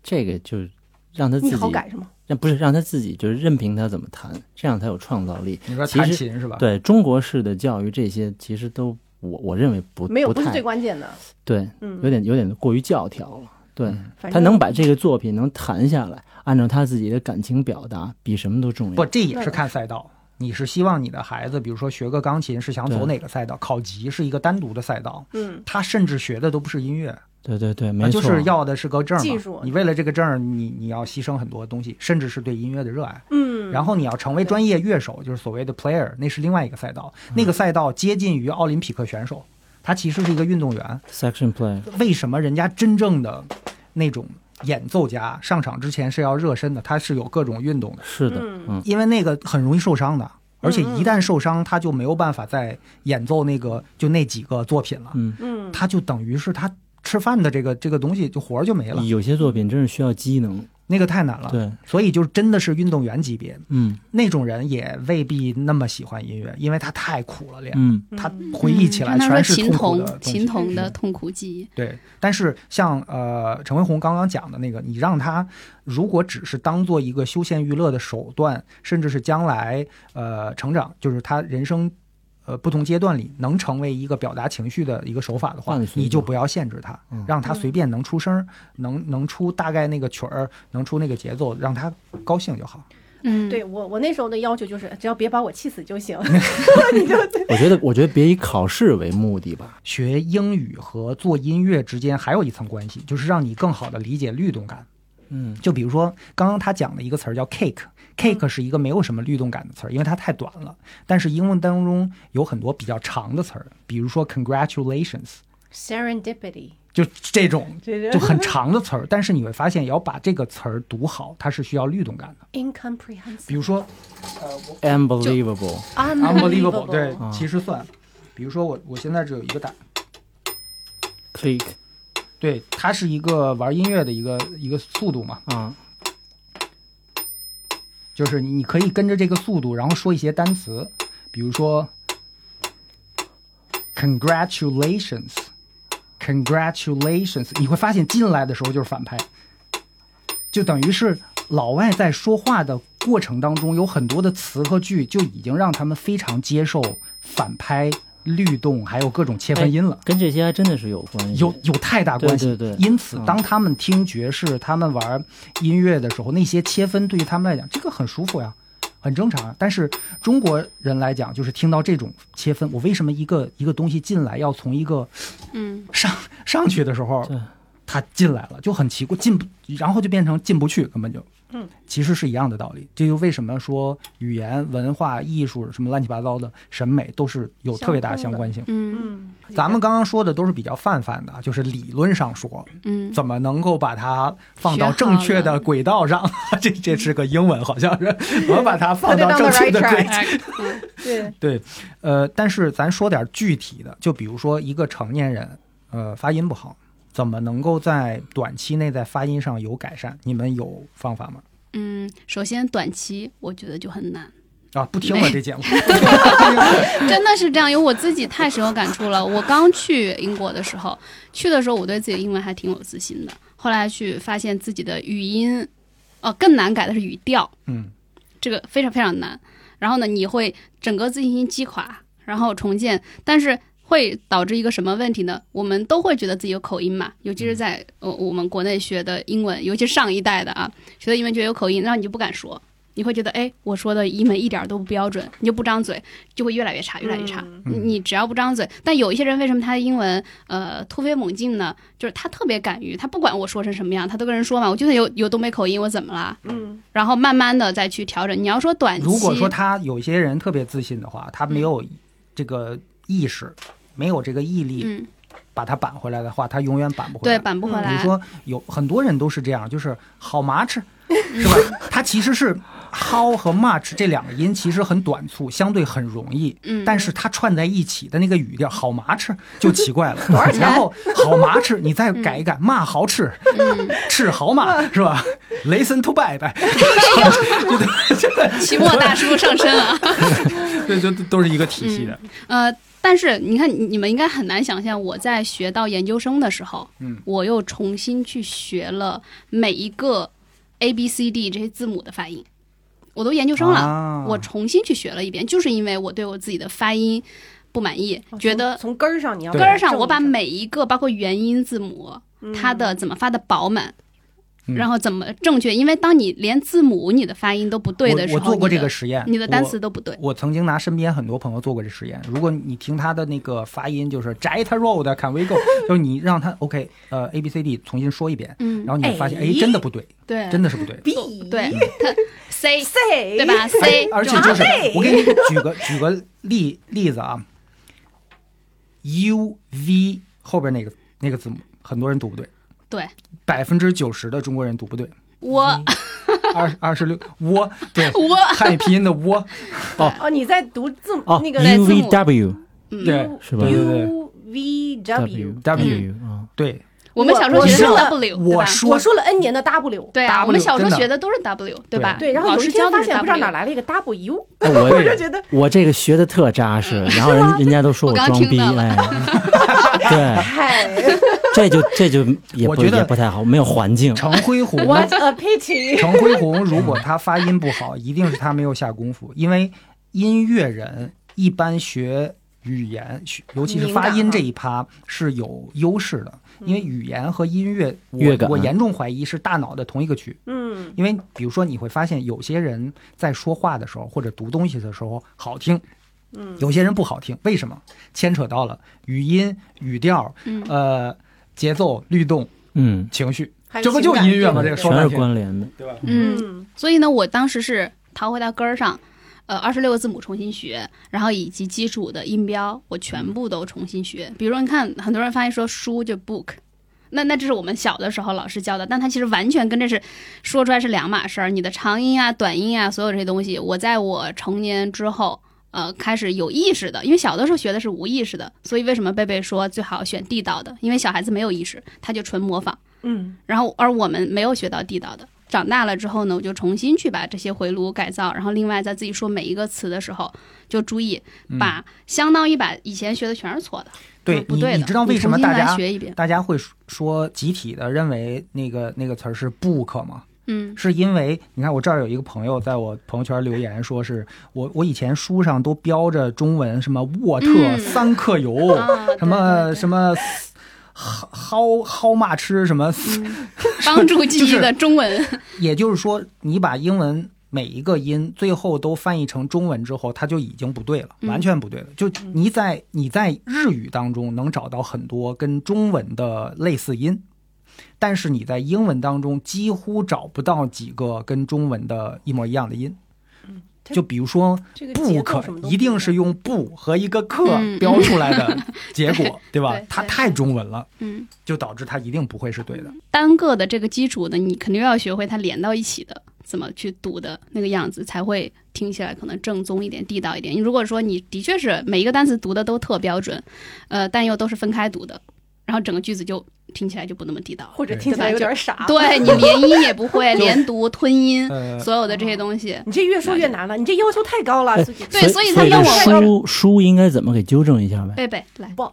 这个就是让他自
你
己
好，改是吗？
让不是让他自己，就是任凭他怎么弹，这样才有创造力。
你说
其
弹
实
琴是吧？
对中国式的教育，这些其实都我我认为不
没有，不
不
是
太
最关键的。
对，
嗯
有点有点过于教条了。对
反
他
正
能把这个作品能弹下来，按照他自己的感情表达，比什么都重
不，
要。
这也是看赛道。你是希望你的孩子，比如说学个钢琴，是想走哪个赛道？考级是一个单独的赛道，
嗯，
他甚至学的都不是音乐，
对对对，
那
没
啊就
错，
是要的是个证儿嘛
技术
你为了这个证儿，你你要牺牲很多东西，甚至是对音乐的热爱。
嗯，
然后你要成为专业乐手，就是所谓的 player，那是另外一个赛道，
嗯
那个赛道接近于奥林匹克选手，他其实是一个运动员。
section play。
为什么人家真正的那种演奏家上场之前是要热身的？他是有各种运动的，
是的，
嗯
嗯，
因为那个很容易受伤的，而且一旦受伤，他就没有办法再演奏那个就那几个作品了，
嗯
嗯，
他就等于是他吃饭的这个这个东西就活儿就没了，啊
有些作品真是需要机能。
那个太难了。
嗯对，
所以就是真的是运动员级别
嗯
那种人也未必那么喜欢音乐，因为他太苦了脸，
嗯，
他回忆起来
嗯刚才说
全是
琴
痛苦的东
童，
西。嗯
琴童的痛苦记忆，
对，但是像呃陈慧红刚刚讲的那个，你让他如果只是当做一个休闲娱乐的手段，甚至是将来呃成长，就是他人生呃不同阶段里能成为一个表达情绪的一个手法的话
伴随，着
你就不要限制他
嗯，
让他随便能出声儿，能能出大概那个曲儿，能出那个节奏，让他高兴就好。
嗯，
对我，我那时候的要求就是，只要别把我气死就行。你就
我觉得，我觉得别以考试为目的吧。
学英语和做音乐之间还有一层关系，就是让你更好的理解律动感。
嗯，
就比如说刚刚他讲的一个词儿叫 cake，cake 是一个没有什么律动感的词儿，因为它太短了。但是英文当中有很多比较长的词儿，比如说 congratulations，
serendipity，
就这种
这是
就很长的词儿。但是你会发现，要把这个词儿读好，它是需要律动感的。比
incomprehensible，
如说
unbelievable，
unbelievable，对，
啊
其实算。比如说我我现在只有一个打，
click
对，它是一个玩音乐的一个一个速度嘛，
啊，
就是你可以跟着这个速度，然后说一些单词，比如说 congratulations。Congratulations！你会发现进来的时候就是反拍，就等于是老外在说话的过程当中，有很多的词和句就已经让他们非常接受反拍、律动，还有各种切分音了。
跟这些还真的是有关系。
有有太大关系。
对对对
因此
嗯，
当他们听爵士、他们玩音乐的时候，那些切分对于他们来讲，这个很舒服呀，很正常啊。但是中国人来讲，就是听到这种切分，我为什么一个一个东西进来要从一个
嗯，
上上去的时候
对，
他进来了就很奇怪，进不，然后就变成进不去，根本就
嗯，
其实是一样的道理。这就为什么说语言、文化、艺术什么乱七八糟的审美都是有特别大的相关性。
嗯
嗯，
咱们刚刚说的都是比较泛泛的，就是理论上说，
嗯，
怎么能够把它放到正确的轨道上？ 这这是个英文，好像是我把它放到正确的
Put it on the
轨
right
哎
对，
对，呃，但是咱说点具体的，就比如说一个成年人，呃，发音不好，怎么能够在短期内在发音上有改善？你们有方法吗？
嗯，首先短期我觉得就很难，
啊，不听我这节目，
真的是这样，因为我自己太深有感触了。我刚去英国的时候，去的时候我对自己的英文还挺有自信的，后来去发现自己的语音，哦、更难改的是语调，
嗯，
这个非常非常难。然后呢，你会整个自信心击垮，然后重建，但是会导致一个什么问题呢？我们都会觉得自己有口音嘛，尤其是在呃我们国内学的英文，尤其是上一代的啊，学的英文觉得有口音，然后你就不敢说。你会觉得，哎，我说的英文一点儿都不标准，你就不张嘴，就会越来越差，越来越差。
嗯
你你只要不张嘴，但有一些人为什么他的英文呃突飞猛进呢？就是他特别敢于，他不管我说成什么样，他都跟人说嘛，我就算有有东北口音，我怎么了？
嗯，
然后慢慢的再去调整。你要说短期，
如果说他有些人特别自信的话，他没有这个意识，没有这个毅力，
嗯，
把它扳回来的话，他永远扳不回
对，
来。
扳不回
嗯
比如
来。
说有很多人都是这样，就是好麻吃，是吧？它其实是 how 和 much 这两个音其实很短促，相对很容易，
嗯
但是它串在一起的那个语调，好麻吃就奇怪了。
少钱
然后好麻吃，你再改一改，骂好吃，
嗯，
吃好骂是吧？Listen to bye bye，
期末大叔上身 啊。
这就都是一个体系的。
呃，但是你看，你你们应该很难想象，我在学到研究生的时候，
嗯，
我又重新去学了每一个 A B C D 这些字母的发音，我都研究生了，
啊
我重新去学了一遍，就是因为我对我自己的发音不满意，
哦
觉得
从从根儿上你要
对
根儿上，
正
我把
一下
每一个包括元音字母，
嗯
它的怎么发的饱满，
嗯
然后怎么正确，因为当你连字母你的发音都不对的时
我
候，
我做过这个
你
实验
的，，你的单
我
词都不对。
我曾经拿身边很多朋友做过这实验。如果你听他的那个发音，就是 Jet Road，Can we go？就是你让他 OK，呃，A B C D 重新说一遍，
嗯
然，后你会发现，
哎
哎，真的不对，
对，
真的嗯是不对。
B
对它 C
C
对？ 吧？C，
而且
这种
就是
哎
我给你举个举个例例子啊，U V 后边那个那个字母，很多人读不对，
对
百分之九十的中国人读不对，
我
二二十六窝对
我
汉语拼音的窝，
哦，你在读字母
哦
那个
对
，U
字
V
母
W
对
是吧
U V
W
W，
W
啊，
对，
我们小时候学的是
我
W，对吧
我？说
我说了 N 年的 W，
对啊，
W，
我们小时候
真的
学的都是 W，对吧？
对，然后
老
有
师
一
教
天
的
发
是
现不知道
W
哪来了一个 W，
哎我
我就
也
觉得
我这个学的特扎实，然后人人家都说
嗯我
我
刚
装逼，
听到了
哎， 对，
嗨
这就这就也
我
不
觉得
也不太好，没有环境，
程辉虎
，What a pity！
程辉红如果他发音不好，一定是他没有下功夫，因为音乐人一般学语言，学尤其是发音这一趴是有优势的，因为语言和音乐，
乐
我
感
我严重怀疑是大脑的同一个区。
嗯，
因为比如说你会发现，有些人在说话的时候或者读东西的时候好听，嗯，有些人不好听，为什么？牵扯到了语音、语调、
嗯
呃节奏、律动、
嗯，
情绪，
还有
这不
情
就
感
音乐吗？
对
这个说
全
半
是
天。
关联的，
嗯，
嗯
所以呢，我当时是逃回到根儿上，呃，二十六个字母重新学，然后以及基础的音标，我全部都重新学。比如说，你看很多人发现说书就 book，那那这是我们小的时候老师教的，但它其实完全跟这是说出来是两码事儿。你的长音啊、短音啊，所有这些东西，我在我成年之后。呃，开始有意识的，因为小的时候学的是无意识的，所以为什么贝贝说最好选地道的？因为小孩子没有意识，他就纯模仿。
嗯，
然后而我们没有学到地道的。长大了之后呢，我就重新去把这些回炉改造，然后另外在自己说每一个词的时候，就注意把相当于把以前学的全是错的，
嗯对
嗯不对
你，
的。
你知道为什么
重
大
新来
家
学一遍？
大家会说说集体的认为那个那个词儿是 book 吗？
嗯
是因为你看我这儿有一个朋友在我朋友圈留言，说是我我以前书上都标着中文什么沃特
嗯
三克油，
啊，
什 么什
么
么 how how much 什么，
嗯帮助记忆
就
的
是
中 文？
也就是说你把英文。每一个音最后都翻译成中文之后，它就已经不对了，
嗯
完全不对了。就你在你在日语当中能找到很多跟中文的类似音，但是你在英文当中几乎找不到几个跟中文的一模一样的音。
它
就比如说
嗯这个节
不
奏
可
什么都
一定是
不
用不和一个克
嗯
标出来 的结果，对吧
对？
它
对
太中文了，
嗯，
就导致它一定不会是对的。
单个的这个基础呢，你肯定要学会它连到一起的怎么去读的那个样子，才会听起来可能正宗一点、地道一点。如果说你的确是每一个单词读的都特标准，呃，但又都是分开读的，然后整个句子就听起来就不那么地道了。
或者听起来有点傻。
对你连音也不会，
就
连读、吞 音，
呃，
所有的这些东西。
嗯
你这越说越难了，你这要求太高了。
哎
自己
对
所
所以
以
他
这
让我
书书应该怎么给纠正一下呗？
贝贝来，
walk，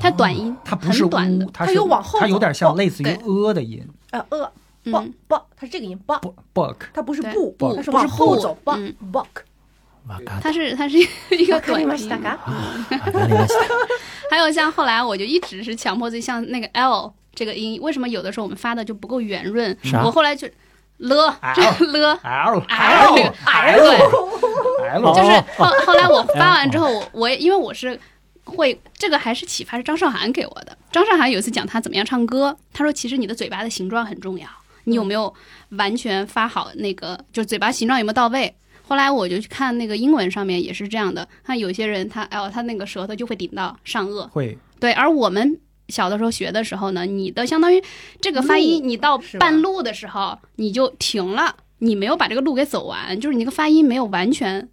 它短音，
哦它不是
很短的
呜，它
它
是
有往后
它有
走
点像类似于
对
呃的音
呃呃
嗯
walk，walk，它是这个音 walk，
，book book，
它不是
对
不
不
它是
不
往后
不
走
嗯
walk walk。
哇嘎
它是它是一个
わか
短
りま
音
し。たか
哇嘎里面写
还有像后来我就一直是强迫自己像那个 L 这个音，为什么有的时候我们发的就不够圆润？
啥
我后来就了
L
这了
L
L 这个
L
对，
L，
就是
哦
后后来我发完之后，我我也因为我是会这个还是启发是张韶涵给我的。张韶涵有一次讲她怎么样唱歌，她说其实你的嘴巴的形状很重要，你有没有完全发好那个，就是嘴巴形状有没有到位。后来我就去看那个英文上面也是这样的，看有些人他哎呦他那个舌头就会顶到上颚，
会
对，而我们小的时候学的时候呢，你的相当于这个发音，你到
是吧
半路的时候你就停了，你没有把这个路给走完，就是你那个发音没有完全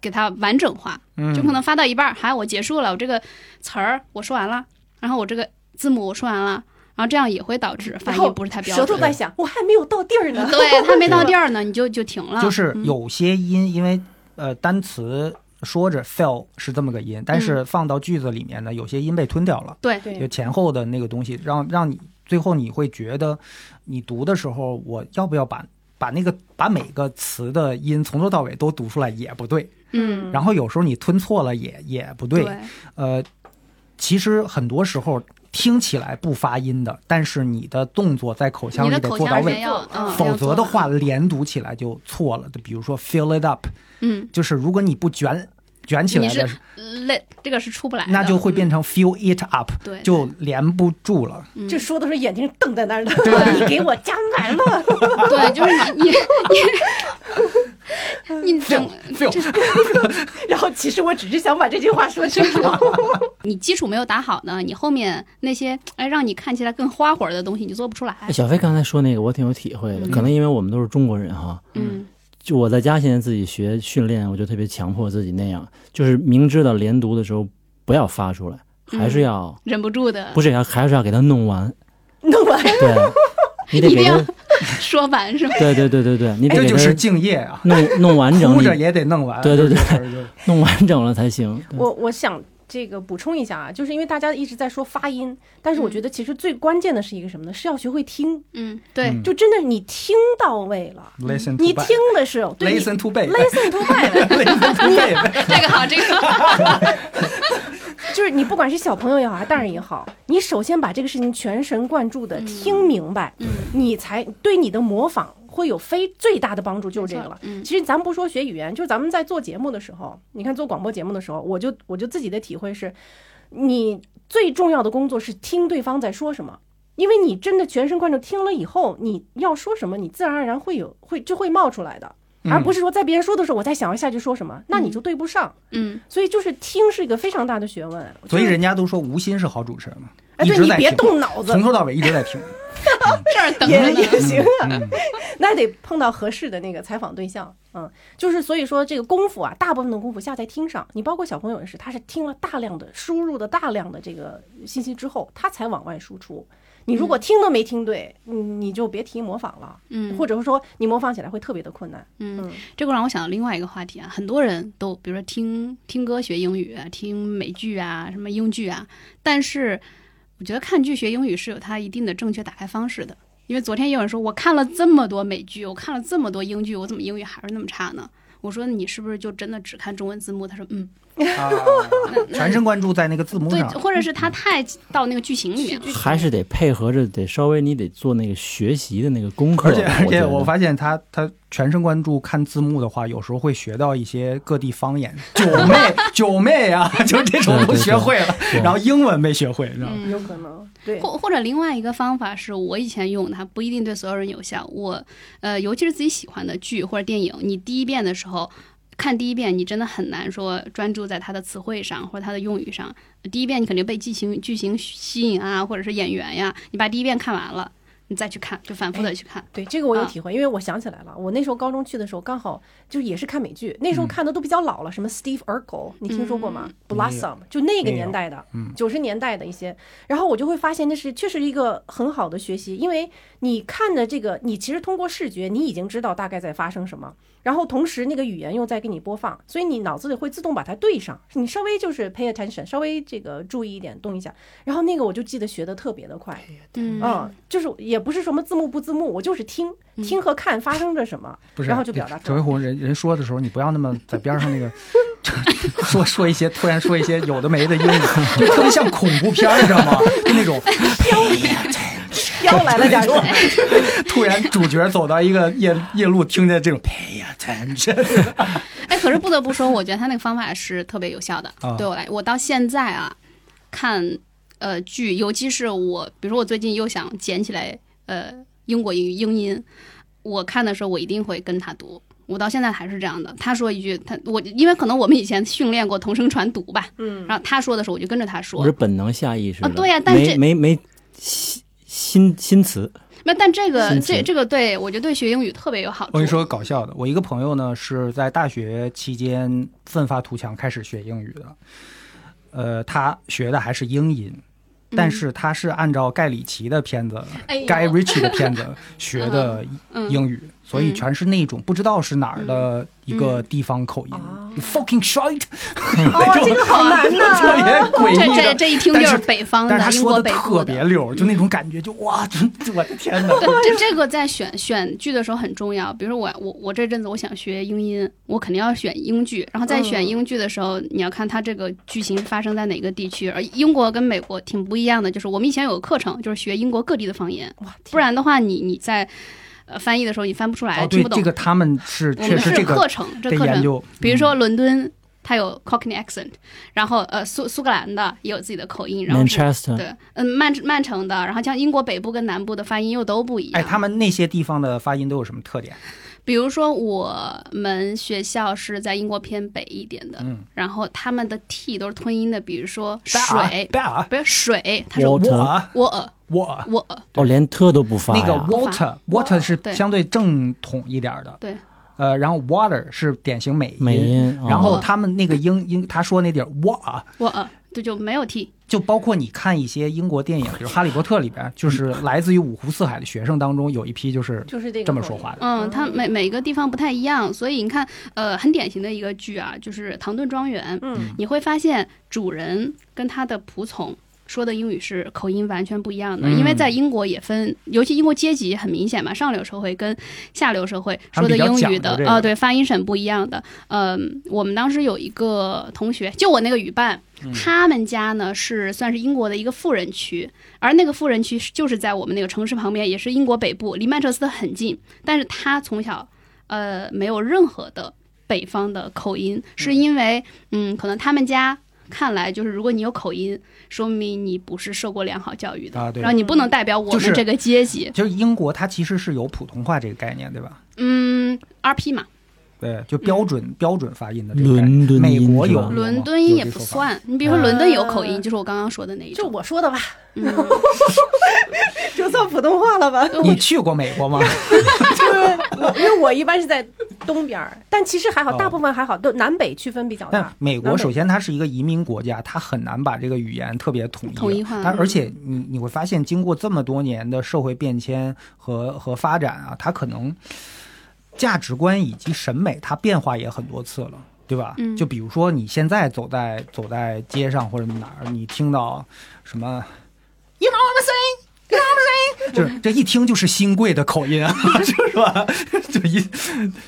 给它完整化，
嗯
就可能发到一半儿，嗨、我结束了，我这个词儿我说完了，然后我这个字母我说完了，然后这样也会导致发
然后
音不是太标
舌头
准。
在想，我还没有到地儿呢。
对，它没到地儿呢，你就就停了。
就是
嗯
有些音，因为呃单词说着 fell 是这么个音，但是放到句子里面呢，有些音被吞掉了，
嗯对
对
就前后的那个东西，让让你最后你会觉得，你读的时候，我要不要把把那个把每个词的音从头到尾都读出来也不对，
嗯，
然后有时候你吞错了也也不对，
对，
呃，其实很多时候听起来不发音的，但是你的动作在口腔
你
里
的
得
口
做到
腔里
位
面。要，嗯，
否
要
则
做
的
好，
话，连读起来就错了。比如说 fill it up，
嗯，
就是如果你不卷卷起
你
来
是
的，
累，呃这个是出不来的，
那就会变成 fill it up，
嗯对，
就连不住了。
嗯
这说的时候眼睛瞪在那儿呢，
对
你给我加完了，
对，就是你你你你整
fill
然后其实我只是想把这句话说 清楚。
你基础没有打好呢，你后面那些哎让你看起来更花活儿的东西，你做不出来。
哎小飞刚才说那个，我挺有体会的，可能因为我们都是中国人哈。
嗯
就我在家现在自己学训练，我就特别强迫自己那样，就是明知道连读的时候不要发出来，还
嗯
是要
忍不住的
不是要还是要给它弄完，
弄完
对，你得
一
给
定要
它，
说完是吧？
对对对对对，你得
这
给
哎就是
它
敬业啊，
弄弄完整
哭着
你，
也得弄完。
对对对
对，
弄完整了才行。
嗯
对
我我想这个补充一下啊，就是因为大家一直在说发音，但是我
嗯
觉得其实最关键的是一个什么呢？是要学会听，
嗯，对
嗯
就真的你听到位了，
listen to
你
back
听的是对你
嗯 listen to back
listen to back，
listen to back，
这个好，这个好
就是你不管是小朋友也好，还是大人也好，你首先把这个事情全神贯注的听明白，你才对你的模仿会有非最大的帮助，就是这个了。
嗯
其实咱不说学语言，就是咱们在做节目的时候，你看做广播节目的时候，我就我就自己的体会是，你最重要的工作是听对方在说什么。因为你真的全神贯注听了以后，你要说什么，你自然而然会有会就会冒出来的，
嗯
而不是说在别人说的时候，我在想要下去说什么，那你就对不上。
嗯，
所以就是听是一个非常大的学问。
所以人家都说吴昕是好主持人嘛，
哎，
一
对
直
你
在
别
听
动脑子
从，头到尾一直在听。
这儿等着
也
呢。
也行，啊 那得碰到合适的那个采访对象。嗯，就是所以说这个功夫啊，大部分的功夫下在听上，你包括小朋友也是，他是听了大量的输入的大量的这个信息之后，他才往外输出。你如果听都没听对，你你就别提模仿了，
嗯
或者说你模仿起来会特别的困难。
这个让我想到另外一个话题啊，很多人都比如说听听歌学英语啊，听美剧啊，什么英剧啊，但是我觉得看剧学英语是有它一定的正确打开方式的。因为昨天也有人说，我看了这么多美剧，我看了这么多英剧，我怎么英语还是那么差呢？我说你是不是就真的只看中文字幕？他说嗯，
啊， 全神贯注在那个字幕
对，
上。
或者是他太到那个嗯剧情里面了。
还是得配合着，得稍微你得做那个学习的那个功课。
而且而
觉
且，
得
我发现他他全神贯注看字幕的话，有时候会学到一些各地 方言，九妹九妹啊， 就这种都学会了，
对
然后英文没学会，你知道吗？
嗯
有可能对，
或或者另外一个方法是我以前用的，它不一定对所有人有效。我呃，尤其是自己喜欢的剧或者电影，你第一遍的时候看第一遍，你真的很难说专注在它的词汇上或者它的用语上。第一遍你肯定被剧情剧情吸引啊，或者是演员呀、你把第一遍看完了，你再去看，就反复的去看。
对，这个我有
啊
体会，因为我想起来了，我那时候高中去的时候，刚好就也是看美剧，
嗯
那时候看的都比较老了，什么 Steve Urkel，你听说过吗？Blossom，就那个
没有
年代的
嗯，
九十年代的一些，然后我就会发现那是确实一个很好的学习，因为你看的这个，你其实通过视觉，你已经知道大概在发生什么，然后同时那个语言又在给你播放，所以你脑子里会自动把它对上，你稍微就是 pay attention，稍微这个注意一点，动一下，然后那个我就记得学的特别的快。
嗯
嗯，就是也不是什么字幕不字幕，我就是听
嗯
听和看发生着什么，
不是，
然后就表达出
周
来
一。红人人说的时候，你不要那么在边上那个 说说一些突然说一些有的没的英语，就特别像恐怖片儿，你知道吗？就那种
妖来了， 假如
突然主角走到一个夜夜路，听见这种 pay attention，
哎，可是不得不说，我觉得他那个方法是特别有效的。
啊
对我来，我到现在啊，看呃剧，尤其是我，比如说我最近又想捡起来呃英国英英音，我看的时候我一定会跟他读。我到现在还是这样的，他说一句，他我因为可能我们以前训练过同声传读吧，
嗯，
然后他说的时候我就跟着他说
我是，本能下意识的。
啊对呀但这
没没没新新新词，
那但这个
新
这
词
这个对我觉得对学英语特别有好处。
我跟你说个搞笑的，我一个朋友呢是在大学期间奋发图强开始学英语的，呃，他学的还是英音，但是他是按照盖里奇的片子、
嗯哎呦
盖 Ritchie 的片子学的
嗯
英语，所以全是那种不知道是哪儿的一
嗯
个地方口音、You f u c k i n g shit，嗯
哦，这个好难
特别
呐、
诡
啊这
异
这
的。
这一听就
但是
北方
但是他
英
说
国
的
北
特
部
别溜儿，就那种感觉就，哇，真我的天 哪！
对，这这个在选选剧的时候很重要。比如说我我我这阵子我想学英音，我肯定要选英剧。然后在选
嗯
英剧的时候，你要看它这个剧情发生在哪个地区。而英国跟美国挺不一样的，就是我们以前有个课程，就是学英国各地的方言，
哇，
不然的话你你在呃翻译的时候你翻不出来，
哦，
哎听
对
不，懂。
这个他们是
我
确
们
实
是
这
课
个
程，这
得
课
研
程，
究，嗯
比如说伦敦。它有 Cockney accent，然后呃苏苏格兰的也有自己的口音，然后是
Manchester，
对，嗯曼曼城的，然后像英国北部跟南部的发音又都不一样。
哎，他们那些地方的发音都有什么特点？
比如说，我们学校是在英国偏北一点的，
嗯
然后他们的 t 都是吞音的，比如说水，
，bear，
不是水，它是
我 water，
我
我呃
我
我呃，
哦，连特都不发
那个
呀。
不
water water 是
对
相对正统一点的，
对，
呃，然后 water 是典型美
美
音，
音，哦
然后他们那个英英他说那点儿我。
我呃，对，就没有 t。
就包括你看一些英国电影，比如《哈利波特》里边，就是来自于五湖四海的学生当中，有一批就是
就是这个
这么说话的。
嗯，它每每个地方不太一样，所以你看，呃，很典型的一个剧啊，就是《唐顿庄园》，
嗯
你会发现主人跟他的仆从。说的英语是口音完全不一样的，
嗯
因为在英国也分，尤其英国阶级很明显嘛，上流社会跟下流社会
他
说的
们比较
英语
讲
的
究这个
啊、对发音审不一样的。嗯，我们当时有一个同学，就我那个语伴，
嗯
他们家呢是算是英国的一个富人区，而那个富人区是就是在我们那个城市旁边，也是英国北部，离曼彻斯特很近。但是他从小呃没有任何的北方的口音，是因为嗯，可能他们家看来就是，如果你有口音，说明你不是受过良好教育的，
啊对
然后你不能代表我
就是
们这个阶级。
就是英国，它其实是有普通话这个概念，对吧？
嗯，RP 嘛，
对，就标
嗯
准标准发音的这个概念。
伦敦音哦
美国
是
有
吧
吗
伦敦音
有
也
这
不
说法
算。你比如说伦敦有口音，
嗯
就是我刚刚说的那一
就
种。
我说的吧，
嗯，
就算普通话了吧。
你去过美国吗？
就是因为我一般是在东边儿，但其实还好，
哦
大部分还好，都南北区分比较
但
大。
美
南
国
北
首先它是一个移民国家，它很难把这个语言特别统一
统一化
它
嗯
而且你你会发现，经过这么多年的社会变迁和和发展啊，它可能价值观以及审美它变化也很多次了。对吧？
嗯
就比如说你现在走在走在街上或者哪儿，你听到什么，You know what I'm saying, You know what I'm saying，就是这一听就是新贵的口音啊， 就是吧？就一，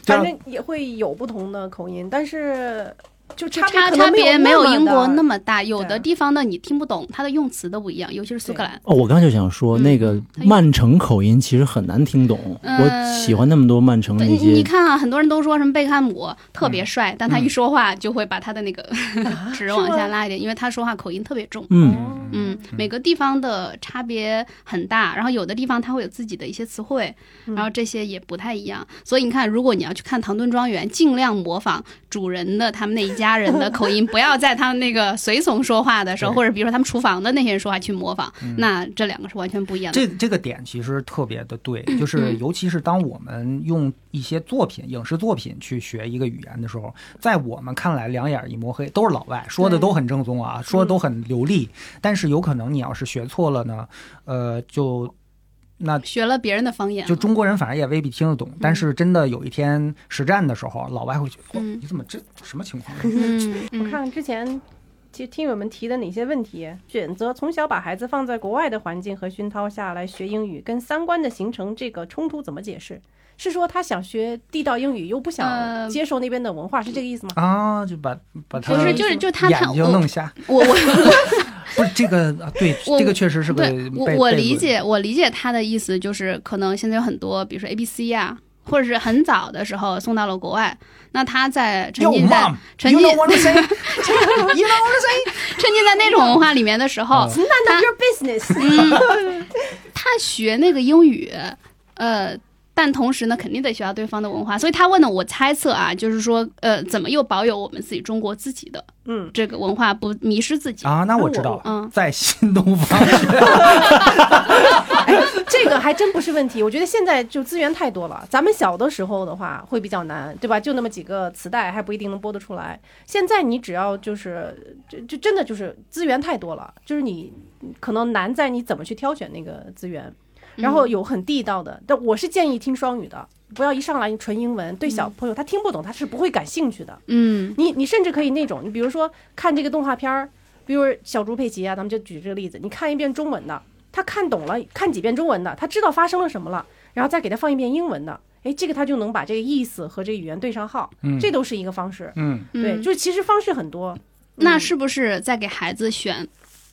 这
反
样
正也会有不同的口音，但是就
就
差
差
可能
差别没有英国那
么
么大，有的
对
地方呢你听不懂，它的用词都不一样，尤其是苏格兰。
哦，我刚就想说，
嗯
那个
它有
曼城口音其实很难听懂。
嗯
我喜欢那么多曼城
对，
那
你你
些，
看啊，很多人都说什么贝克汉姆特
嗯
别帅，但他一说话就会把他的那个
啊
值往下拉一点，因为他说话口音特别重。
大
嗯，
嗯，每个地方的差别很大，然后有的地方它会有自己的一些词汇，
嗯
然后这些也不太一样。所以你看，如果你要去看《唐顿庄园》，尽量模仿主人的他们那一家人的口音，不要在他们那个随从说话的时候，
对嗯
或者比如说他们厨房的那些人说话去模仿，那这两个是完全不一样的。
这这个点其实特别的对，就是
嗯
尤其是当我们用一些作品、影视作品去学一个语言的时候，在我们看来两眼一抹黑，都是老外说的
对
都很正宗啊，
嗯
说的都很流利，但是有可能你要是学错了呢，呃，就那
学了别人的方言，
就中国人反而也未必听得
嗯
懂，但是真的有一天实战的时候，老外会觉得，哦
嗯
你怎么这什么情况？
嗯
我
嗯
看之前其实听友们提的哪些问题，选择从小把孩子放在国外的环境和熏陶下来学英语，跟三观的形成这个冲突怎么解释？是说他想学地道英语，又不想
呃
接受那边的文化，是这个意思吗？
啊，就把把他
不是就是就是他他
眼睛
我
弄瞎，
我我。
不是这个啊对，
我
这个确实是个
对，我
悖
我
悖
理
论
解，我理解他的意思就是，可能现在有很多，比如说 A B C 呀、或者是很早的时候送到了国外，那他在沉
Yo,
浸在
mom,
沉
you
浸
know what I'm saying?
沉浸在那种文化里面的时候，
嗯
那 your business，
他学那个英语，呃，但同时呢，肯定得学到对方的文化。所以他问的，我猜测啊，就是说，呃，怎么又保有我们自己中国自己的
嗯，
这个文化，不迷失自己？
啊，那我知道了，
嗯，
在新东方学
这个还真不是问题。我觉得现在就资源太多了，咱们小的时候的话会比较难，对吧？就那么几个磁带，还不一定能播得出来。现在你只要就是，就就真的就是资源太多了，就是你可能难在你怎么去挑选那个资源，然后有很地道的。但我是建议听双语的，不要一上来纯英文，对小朋友他听不懂，他是不会感兴趣的。
嗯
你你甚至可以那种，你比如说看这个动画片儿，比如小猪佩奇啊，咱们就举这个例子，你看一遍中文的，他看懂了，看几遍中文的，他知道发生了什么了，然后再给他放一遍英文的，哎，这个他就能把这个意思和这个语言对上号，
嗯
这都是一个方式。
嗯，
嗯，
对，就是其实方式很多。
那
嗯
是不是在给孩子选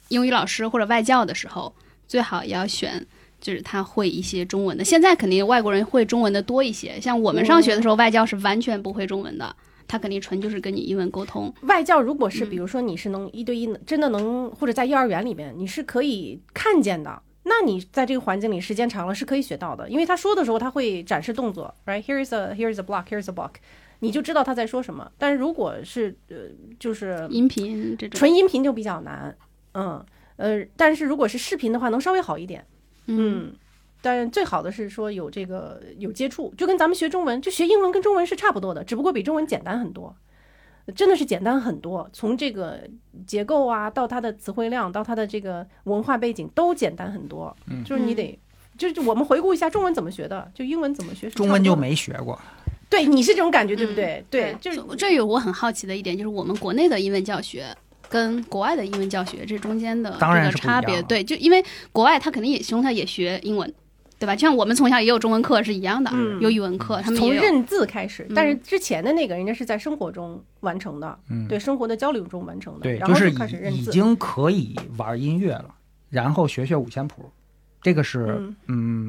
英语老师或者外教的时候，最好也要选就是他会一些中文的？现在肯定外国人会中文的多一些，像我们上学的时候，外教是完全不会中文的，他肯定纯就是跟你英文沟通。
外教如果是
嗯
比如说你是能一对一能真的能，或者在幼儿园里面你是可以看见的。那你在这个环境里时间长了是可以学到的，因为他说的时候他会展示动作，right here is a here is a block here is a block，你就知道他在说什么。但是如果是呃就是
音频这种，
纯音频就比较难，嗯呃，但是如果是视频的话能稍微好一点，
嗯
嗯。但最好的是说有这个有接触，就跟咱们学中文，就学英文跟中文是差不多的，只不过比中文简单很多，真的是简单很多。从这个结构啊，到它的词汇量，到它的这个文化背景都简单很多。
嗯
就是你得，就是我们回顾一下中文怎么学的，就英文怎么学是差不多
中
的。
文就没学 过，
对，你是这种感觉对
嗯
不对？对，就
就是这有我很好奇的一点，就是我们国内的英文教学。跟国外的英文教学这中间的这
当然
个
是不一
差别，
样了
对，就因为国外他肯定也从小也学英文，对吧？就像我们从小也有中文课是一样的，
嗯
有语文课，他们
从
也有。
认字开始，但是
嗯
之前的那个人家是在生活中完成的，
嗯，
对生活的交流中完成的，
对，
然
就
后
是
开始认
已已
字。
经可以玩音乐了，然后学学五线谱，这个是
嗯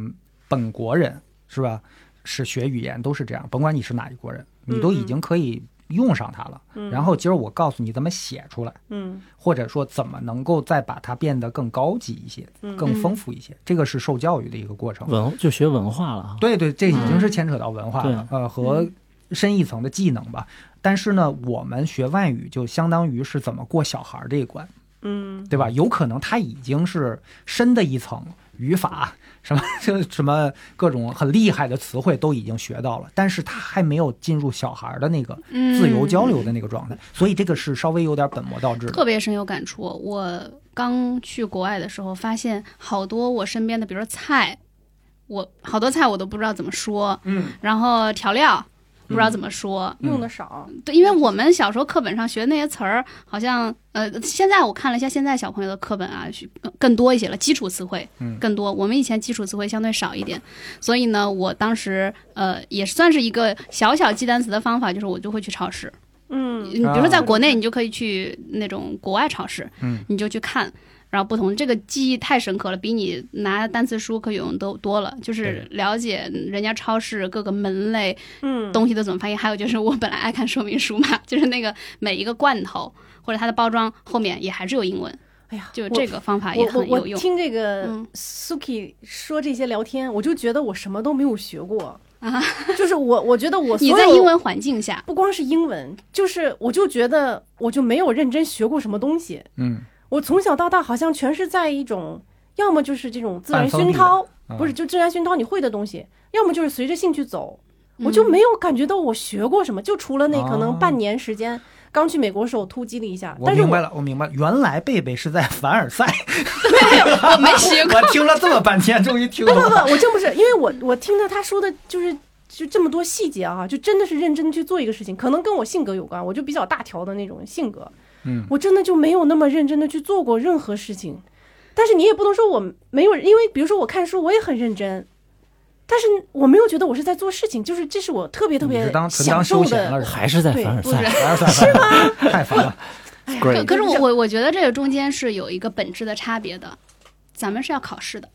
嗯，本国人是吧？是学语言都是这样，甭管你是哪一国人，你都
嗯嗯
已经可以用上它了。
嗯
然后今儿我告诉你怎么写出来，
嗯
或者说怎么能够再把它变得更高级一些、
嗯
更丰富一些，这个是受教育的一个过程。
文就学文化了啊。
对对，这已经是牵扯到文化了，呃，和深一层的技能吧。但是呢，我们学外语就相当于是怎么过小孩儿这一关，
嗯
对吧？有可能他已经是深的一层语法，什么 这什么各种很厉害的词汇都已经学到了，但是他还没有进入小孩儿的那个
嗯
自由交流的那个状态，所以这个是稍微有点本末倒置的。
特别深有感触。我刚去国外的时候，发现好多我身边的，比如说菜，我好多菜我都不知道怎么说，
嗯，
然后调料不知道怎么说。
用的少，
对，因为我们小时候课本上学的那些词儿，好像呃，现在我看了一下现在小朋友的课本啊，学更更多一些了，基础词汇
嗯
更多。我们以前基础词汇相对少一点，所以呢，我当时呃也算是一个小小记单词的方法，就是我就会去超市。
嗯，
你比如说，在国内你就可以去那种国外超市，
嗯
你就去看，然后不同这个记忆太深刻了，比你拿单词书可有用都多了。就是了解人家超市各个门类
嗯，
东西的怎么翻译，还有就是我本来爱看说明书嘛，就是那个每一个罐头或者它的包装后面也还是有英文，
哎呀，
就
我
这个方法啊也
我我
很
我
有用
听这个
嗯
Suki 说这些聊天，我就觉得我什么都没有学过啊，就是我我觉得我所
你
有
在英文环境下，
不光是英文，就是我就觉得我就没有认真学过什么东西，
嗯，
我从小到大好像全是在一种要么就是这种自然
半封闭
熏
的
陶，
啊
不是就自然熏陶你会的东西，要么就是随着兴趣走，我
嗯
就没有感觉到我学过什么，就除了那可能
哦
半年时间。刚去美国的时候突击了一下，
我
但是
明
我
白了，我明白了，原来贝贝是在凡尔赛，
我没学过。
我听了这么半天，终于听
不不
懂了。
不，我真不是，因为我我听到他说的就是就这么多细节啊，就真的是认真去做一个事情，可能跟我性格有关，我就比较大条的那种性格，
嗯，
我真的就没有那么认真的去做过任何事情。但是你也不能说我没有，因为比如说我看书，我也很认真，但是我没有觉得我是在做事情，就是这是我特别特
你
别
是当纯
享
当
受
休闲了
的。
是吧，哎
还是在凡尔
不是
赛，
凡尔赛是吗？太 烦了。哎
可
Great
可是我
哎就是
我我觉得这个中间是有一个本质的差别的，咱们是要考试的。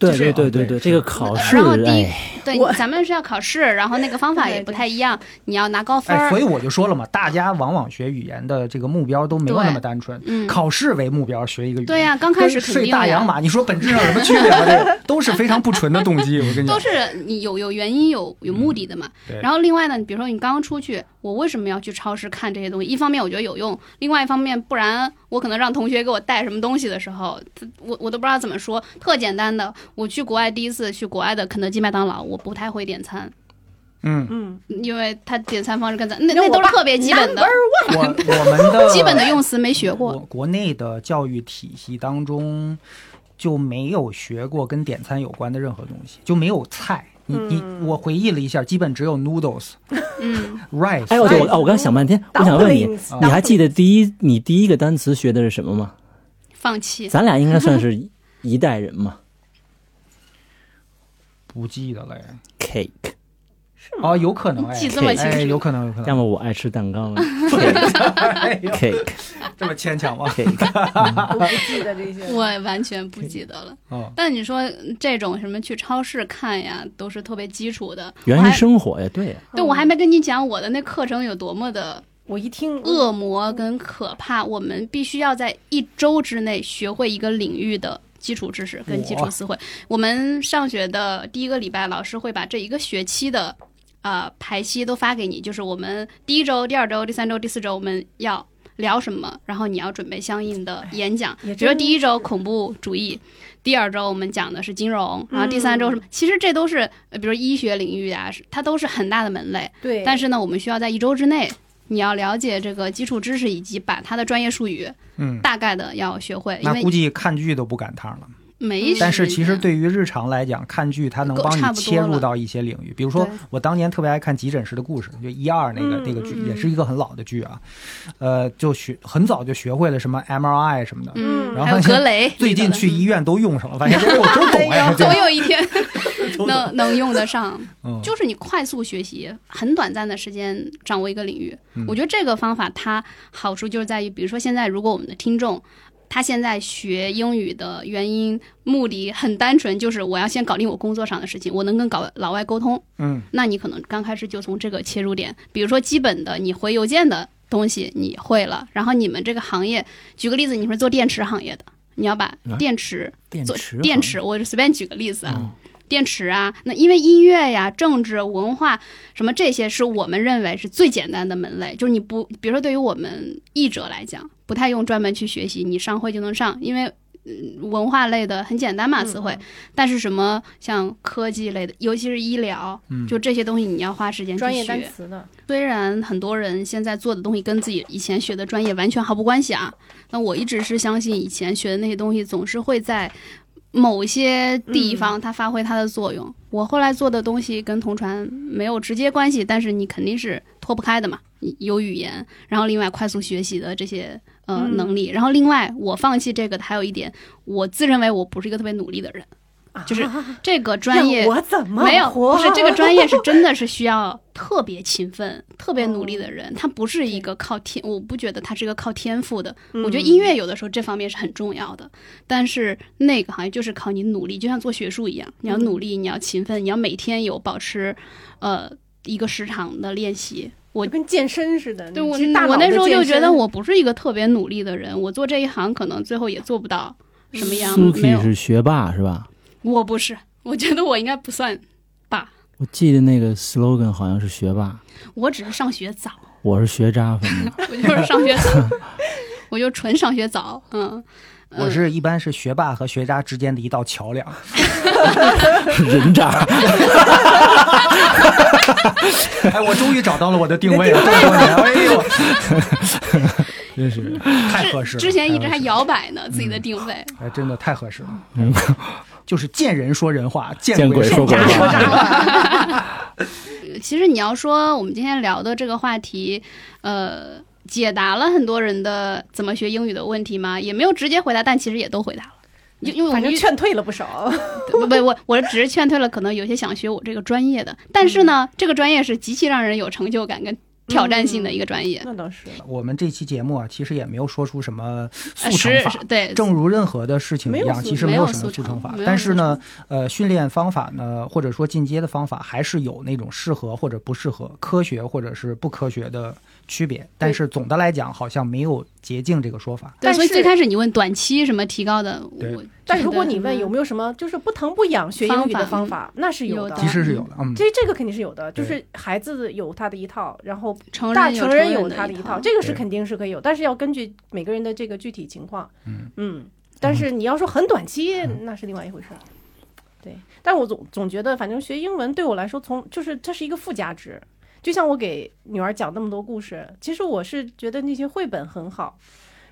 对
就是嗯
对对对
对
对，这个考试
呃然后第，一
哎，
对
我，
咱们是要考试，然后那个方法也不太一样，你要拿高分
哎，
儿。
所以我就说了嘛，大家往往学语言的这个目标都没有那么
对
单纯，
嗯
考试为目标学一个语言。
对呀、刚开
跟
始肯
睡
定
大洋
呀，
马，你说本质上有什么区别吗？这个都是非常不纯的动机，我跟你
都
讲。
是你有有原因有有目的的嘛。
嗯对
然后另外呢，比如说你刚刚出去，我为什么要去超市看这些东西？一方面我觉得有用，另外一方面，不然我可能让同学给我带什么东西的时候，他我我都不知道怎么说。特简单的，我去国外第一次去国外的肯德基、麦当劳，我不太会点餐，
嗯，
嗯，
因为他点餐方式跟咱那
那
那
我
都是
爸
特别基本的
number，
我我们的
基本的用词没学
国
过。
国内的教育体系当中就没有学过跟点餐有关的任何东西，就没有菜。你你我回忆了一下，基本只有 noodles、
嗯，
rice。
哎，我对我哦，我刚想半天，我想问你，
dumplings，
你还记得第一你第一个单词学的是什么吗？
放弃。
咱俩应该算 是一代人嘛。
不记得了哎，
Cake，
哦，有可能哎，
记这么清楚
哎有可能有可
要
能。
么我爱吃 蛋糕了。
哎呦
Cake，Cake，
这么牵强吗？
我不记得这些。
我完全不记得了。
哦，
但你说这种什么去超市看呀，都是特别基础的。我
源于
还
生活呀，对呀。
对我还没跟你讲我的那课程有多么的
我一听
恶魔跟可怕。我们必须要在一周之内学会一个领域的基础知识跟基础词汇。我们上学的第一个礼拜，老师会把这一个学期的呃排期都发给你，就是我们第一周、第二周、第三周、第四周我们要。聊什么？然后你要准备相应的演讲，
嗯也
比如说
真
第一周恐怖主义，第二周我们讲的是金融，然后第三周
嗯
什么？其实这都是，呃比如医学领域啊，是它都是很大的门类。
对，
但
是
是呢，我们需要在一周之内，你要了解这个基础知识，以及把它的专业术语
嗯，
大概的要学会，因
那
为
估计看剧都不赶趟了。
没。
但是其实，对于日常来讲，看剧它能
够
帮
差
你
不
切
多
入
了
到一些领域，比如说
对嗯
我当年特别爱看《急诊室的故事》，就一二那个那个剧，也是一个很老的剧啊，呃，就学很早就学会了什么 MRI 什么的。
嗯，
然后
还有
发现
格雷，
最近去
嗯
医院都用上了，发 现这我都懂 哎，这
总有一天能能用得上。
嗯，
就是你快速学习，很短暂的时间掌握一个领域。
嗯
我觉得这个方法它好处就是在于，比如说现在如果我们的听众。他现在学英语的原因、目的很单纯，就是我要先搞定我工作上的事情，我能跟搞老外沟通。
嗯，
那你可能刚开始就从这个切入点，比如说基本的你回邮件的东西你会了，然后你们这个行业，举个例子，你是做电池行业的，你要把
啊
电池
电
做
池，
电池，，我就随便举个例子啊，电池啊，那因为音乐呀、政治、文化什么这些，是我们认为是最简单的门类。就是你不，比如说对于我们译者来讲，不太用专门去学习，你上会就能上，因为、嗯、文化类的很简单嘛词汇。
嗯
但是什么像科技类的，尤其是医疗，
嗯
就这些东西你要花时间去学。
专业单词的，
虽然很多人现在做的东西跟自己以前学的专业完全毫不关系啊，那我一直是相信以前学的那些东西总是会在某些地
嗯
方它发挥它的作用。我后来做的东西跟同传没有直接关系，但是你肯定是脱不开的嘛，你有语言，然后另外快速学习的这些呃、
嗯
能力，然后另外我放弃这个的还有一点，我自认为我不是一个特别努力的人。就是这个专业
啊 让我怎么
没有，
活
不是这个专业是真的是需 要特别勤奋、特别努力的
哦
人，他不是一个靠天，我不觉得他是一个靠天赋的。
嗯
我觉得音乐有的时候这方面是很重要的，但是那个行业就是靠你努力，就像做学术一样，你
嗯
要努力，你要勤奋，你要每天有保持，呃，一个时长的练习。我
就跟健身似的。
对
你
我
嗯去大脑
我那时候
的
就
健
觉得
身
我不是一个特别努力的人，我做这一行可能最后也做不到什么样，没
Suki
有，
是学霸是吧？
我不是，我觉得我应该不算吧，
我记得那个 slogan 好像是学霸，
我只是上学早，
我是学渣，反 正
我就是上学 早，我就纯上学早，嗯，嗯
我是一般是学霸和学渣之间的一道桥 梁，
是人渣。
哎，我终于找到了我的定位了，这么多年，哎呦，真是太合适了。
之前一直
太合
还
适了
摇摆呢自己的定位，
哎，真的太合适了，就是见人说人话，见
见 鬼
说
说鬼
话。
话
其实你要说我们今天聊的这个话题，呃，解答了很多人的怎么学英语的问题吗？也没有直接回答，但其实也都回答了。因因为我呃
反
们
正
遇
劝退了不少。
不不，我我只是劝退了可能有些想学我这个专业的，但是呢，
嗯
这个专业是极其让人有成就感跟挑战性的一个专业，
那倒是，
我们这期节目啊，其实也没有说出什么
呃
速成
是
法，
是对，
正如任何的事情一
没有
样，
速
其实
没
没
有
什么
速
速
成
成法
没。有
但
速
是呢，呃，训练方法呢，或者说进阶的方法，还是有那种适合或者不适合、科学或者是不科学的区别。但是总的来讲，好像没有捷径这个说法。
对，
但
所以最
是
开始你问短期什么提高的，
对
我
但
觉
如果
得
你问有没有什么就是不疼不痒学英语的
嗯方
方
法
法，那是有
有的
其实是有的，嗯，
这这个肯定是有的，就
对
是孩子有他的一套，然后
成
大
人有
成人有
的
他的
一
一套，这个是
对
肯定是可以有，但是要根据每个人的这个具体情况。
嗯
但是你要说很短期，那是另外一回事儿。对，但我总总觉得，反正学英文对我来说从，就是这是一个附加值。就像我给女儿讲那么多故事，其实我是觉得那些绘本很好。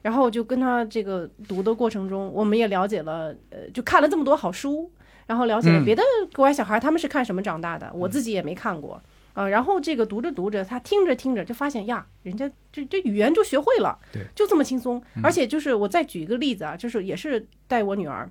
然后我就跟她这个读的过程中，我们也了解了，呃，就看了这么多好书，然后了解了
嗯
别的国外小孩他们是看什么长大的，我自己也没看过啊、然后这个读着读着，他听着听着就发现呀，人家这这语言就学会了，
对，嗯
就这么轻松。而且就是我再举一个例子啊，就是也是带我女儿，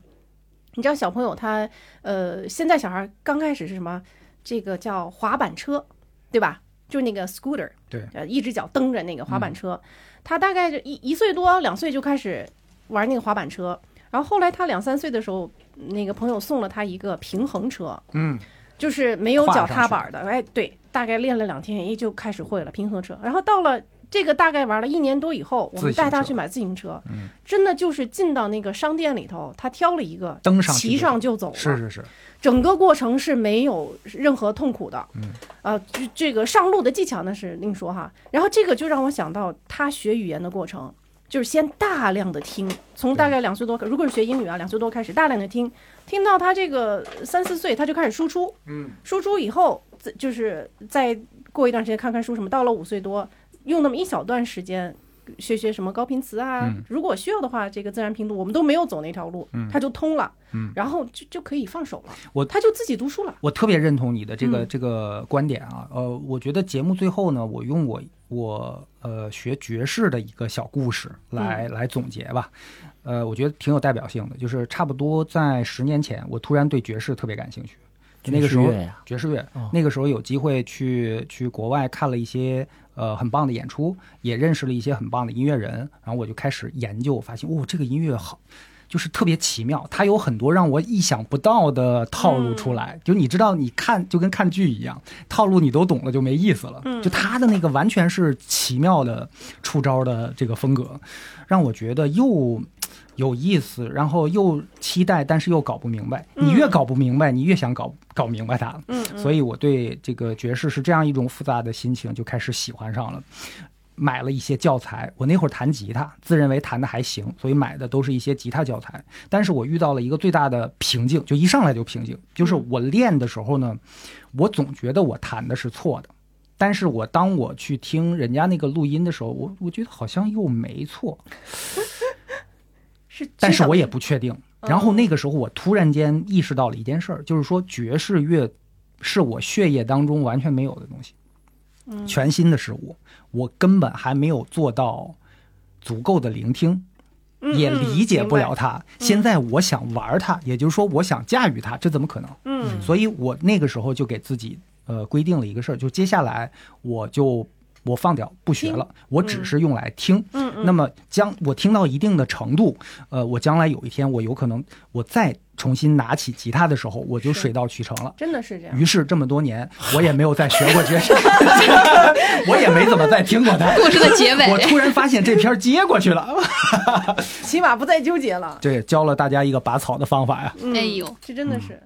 你知道小朋友他呃，现在小孩刚开始是什么？这个叫滑板车，对吧？就是那个 scooter，
对，嗯
呃，一只脚蹬着那个滑板车。他大概就一一岁多两岁就开始玩那个滑板车，然后后来他两三岁的时候，那个朋友送了他一个平衡车，
嗯，
就是没有
跨
脚
上
踏
去
板的。哎，对，大概练了两天，哎，就开始会了平衡车。然后到了这个大概玩了一年多以后，我
自
们
行
带他
车嗯
去买自行车，真的就是进到那个商店里头，他挑了一个，
登上去
骑
就
上就走了。
是是是，
整个过程是没有任何痛苦的。嗯，啊，这这个上路的技巧那是另说哈。然后这个就让我想到他学语言的过程，就是先大量的听，从大概两岁多，如果是学英语啊，两岁多开始大量的听，听到他这个三四岁，他就开始输出。
嗯，
输出以后，自就是再过一段时间看看书什么，到了五岁多，用那么一小段时间。学学什么高频词啊？
嗯
如果需要的话，这个自然拼读我们都没有走那条路，
嗯
他就通了，
嗯
然后就就可以放手了。
我
他就自己读书了。
我特别认同你的这个、
嗯
这个观点啊，呃，我觉得节目最后呢，我用我我呃学爵士的一个小故事来、来总结吧，呃，我觉得挺有代表性的，就是差不多在十年前，我突然对爵士特别感兴趣，那个时候
爵士乐呀
爵士乐
哦，
那个时候有机会去去国外看了一些呃很棒的演出，也认识了一些很棒的音乐人，然后我就开始研究，发现哦这个音乐好，就是特别奇妙，它有很多让我意想不到的套路出来。就你知道，你看就跟看剧一样，套路你都懂了就没意思了。就他的那个完全是奇妙的出招的这个风格，让我觉得又。有意思，然后又期待，但是又搞不明白。你越搞不明白，你越想搞搞明白它。
嗯
所以我对这个爵士是这样一种复杂的心情，就开始喜欢上了。买了一些教材，我那会儿弹吉他，自认为弹的还行，所以买的都是一些吉他教材。但是我遇到了一个最大的瓶颈，就一上来就瓶颈，就是我练的时候呢，我总觉得我弹的是错的，但是我当我去听人家那个录音的时候，我我觉得好像又没错，
是，
但是我也不确定。然后那个时候，我突然间意识到了一件事儿，就是说爵士乐是我血液当中完全没有的东西，全新的事物，我根本还没有做到足够的聆听。
嗯
也
嗯
理解不了
明白
它。现在我想玩它，也就是说我想驾驭它，这怎么可能？
嗯
所以我那个时候就给自己呃规定了一个事儿，就接下来我就我放掉不学了，我只是用来听。
嗯嗯，
那么将我听到一定的程度，呃，我将来有一天我有可能我再重新拿起吉他的时候，我就是水到渠成了。
真的是这样。
于是这么多年，我也没有再学过爵士， 我也没怎么再听过它。
故事的结尾
我突然发现这篇儿接过去了，
起码不再纠结了。
这也教了大家一个拔草的方法呀。
嗯
哎呦，
这真的是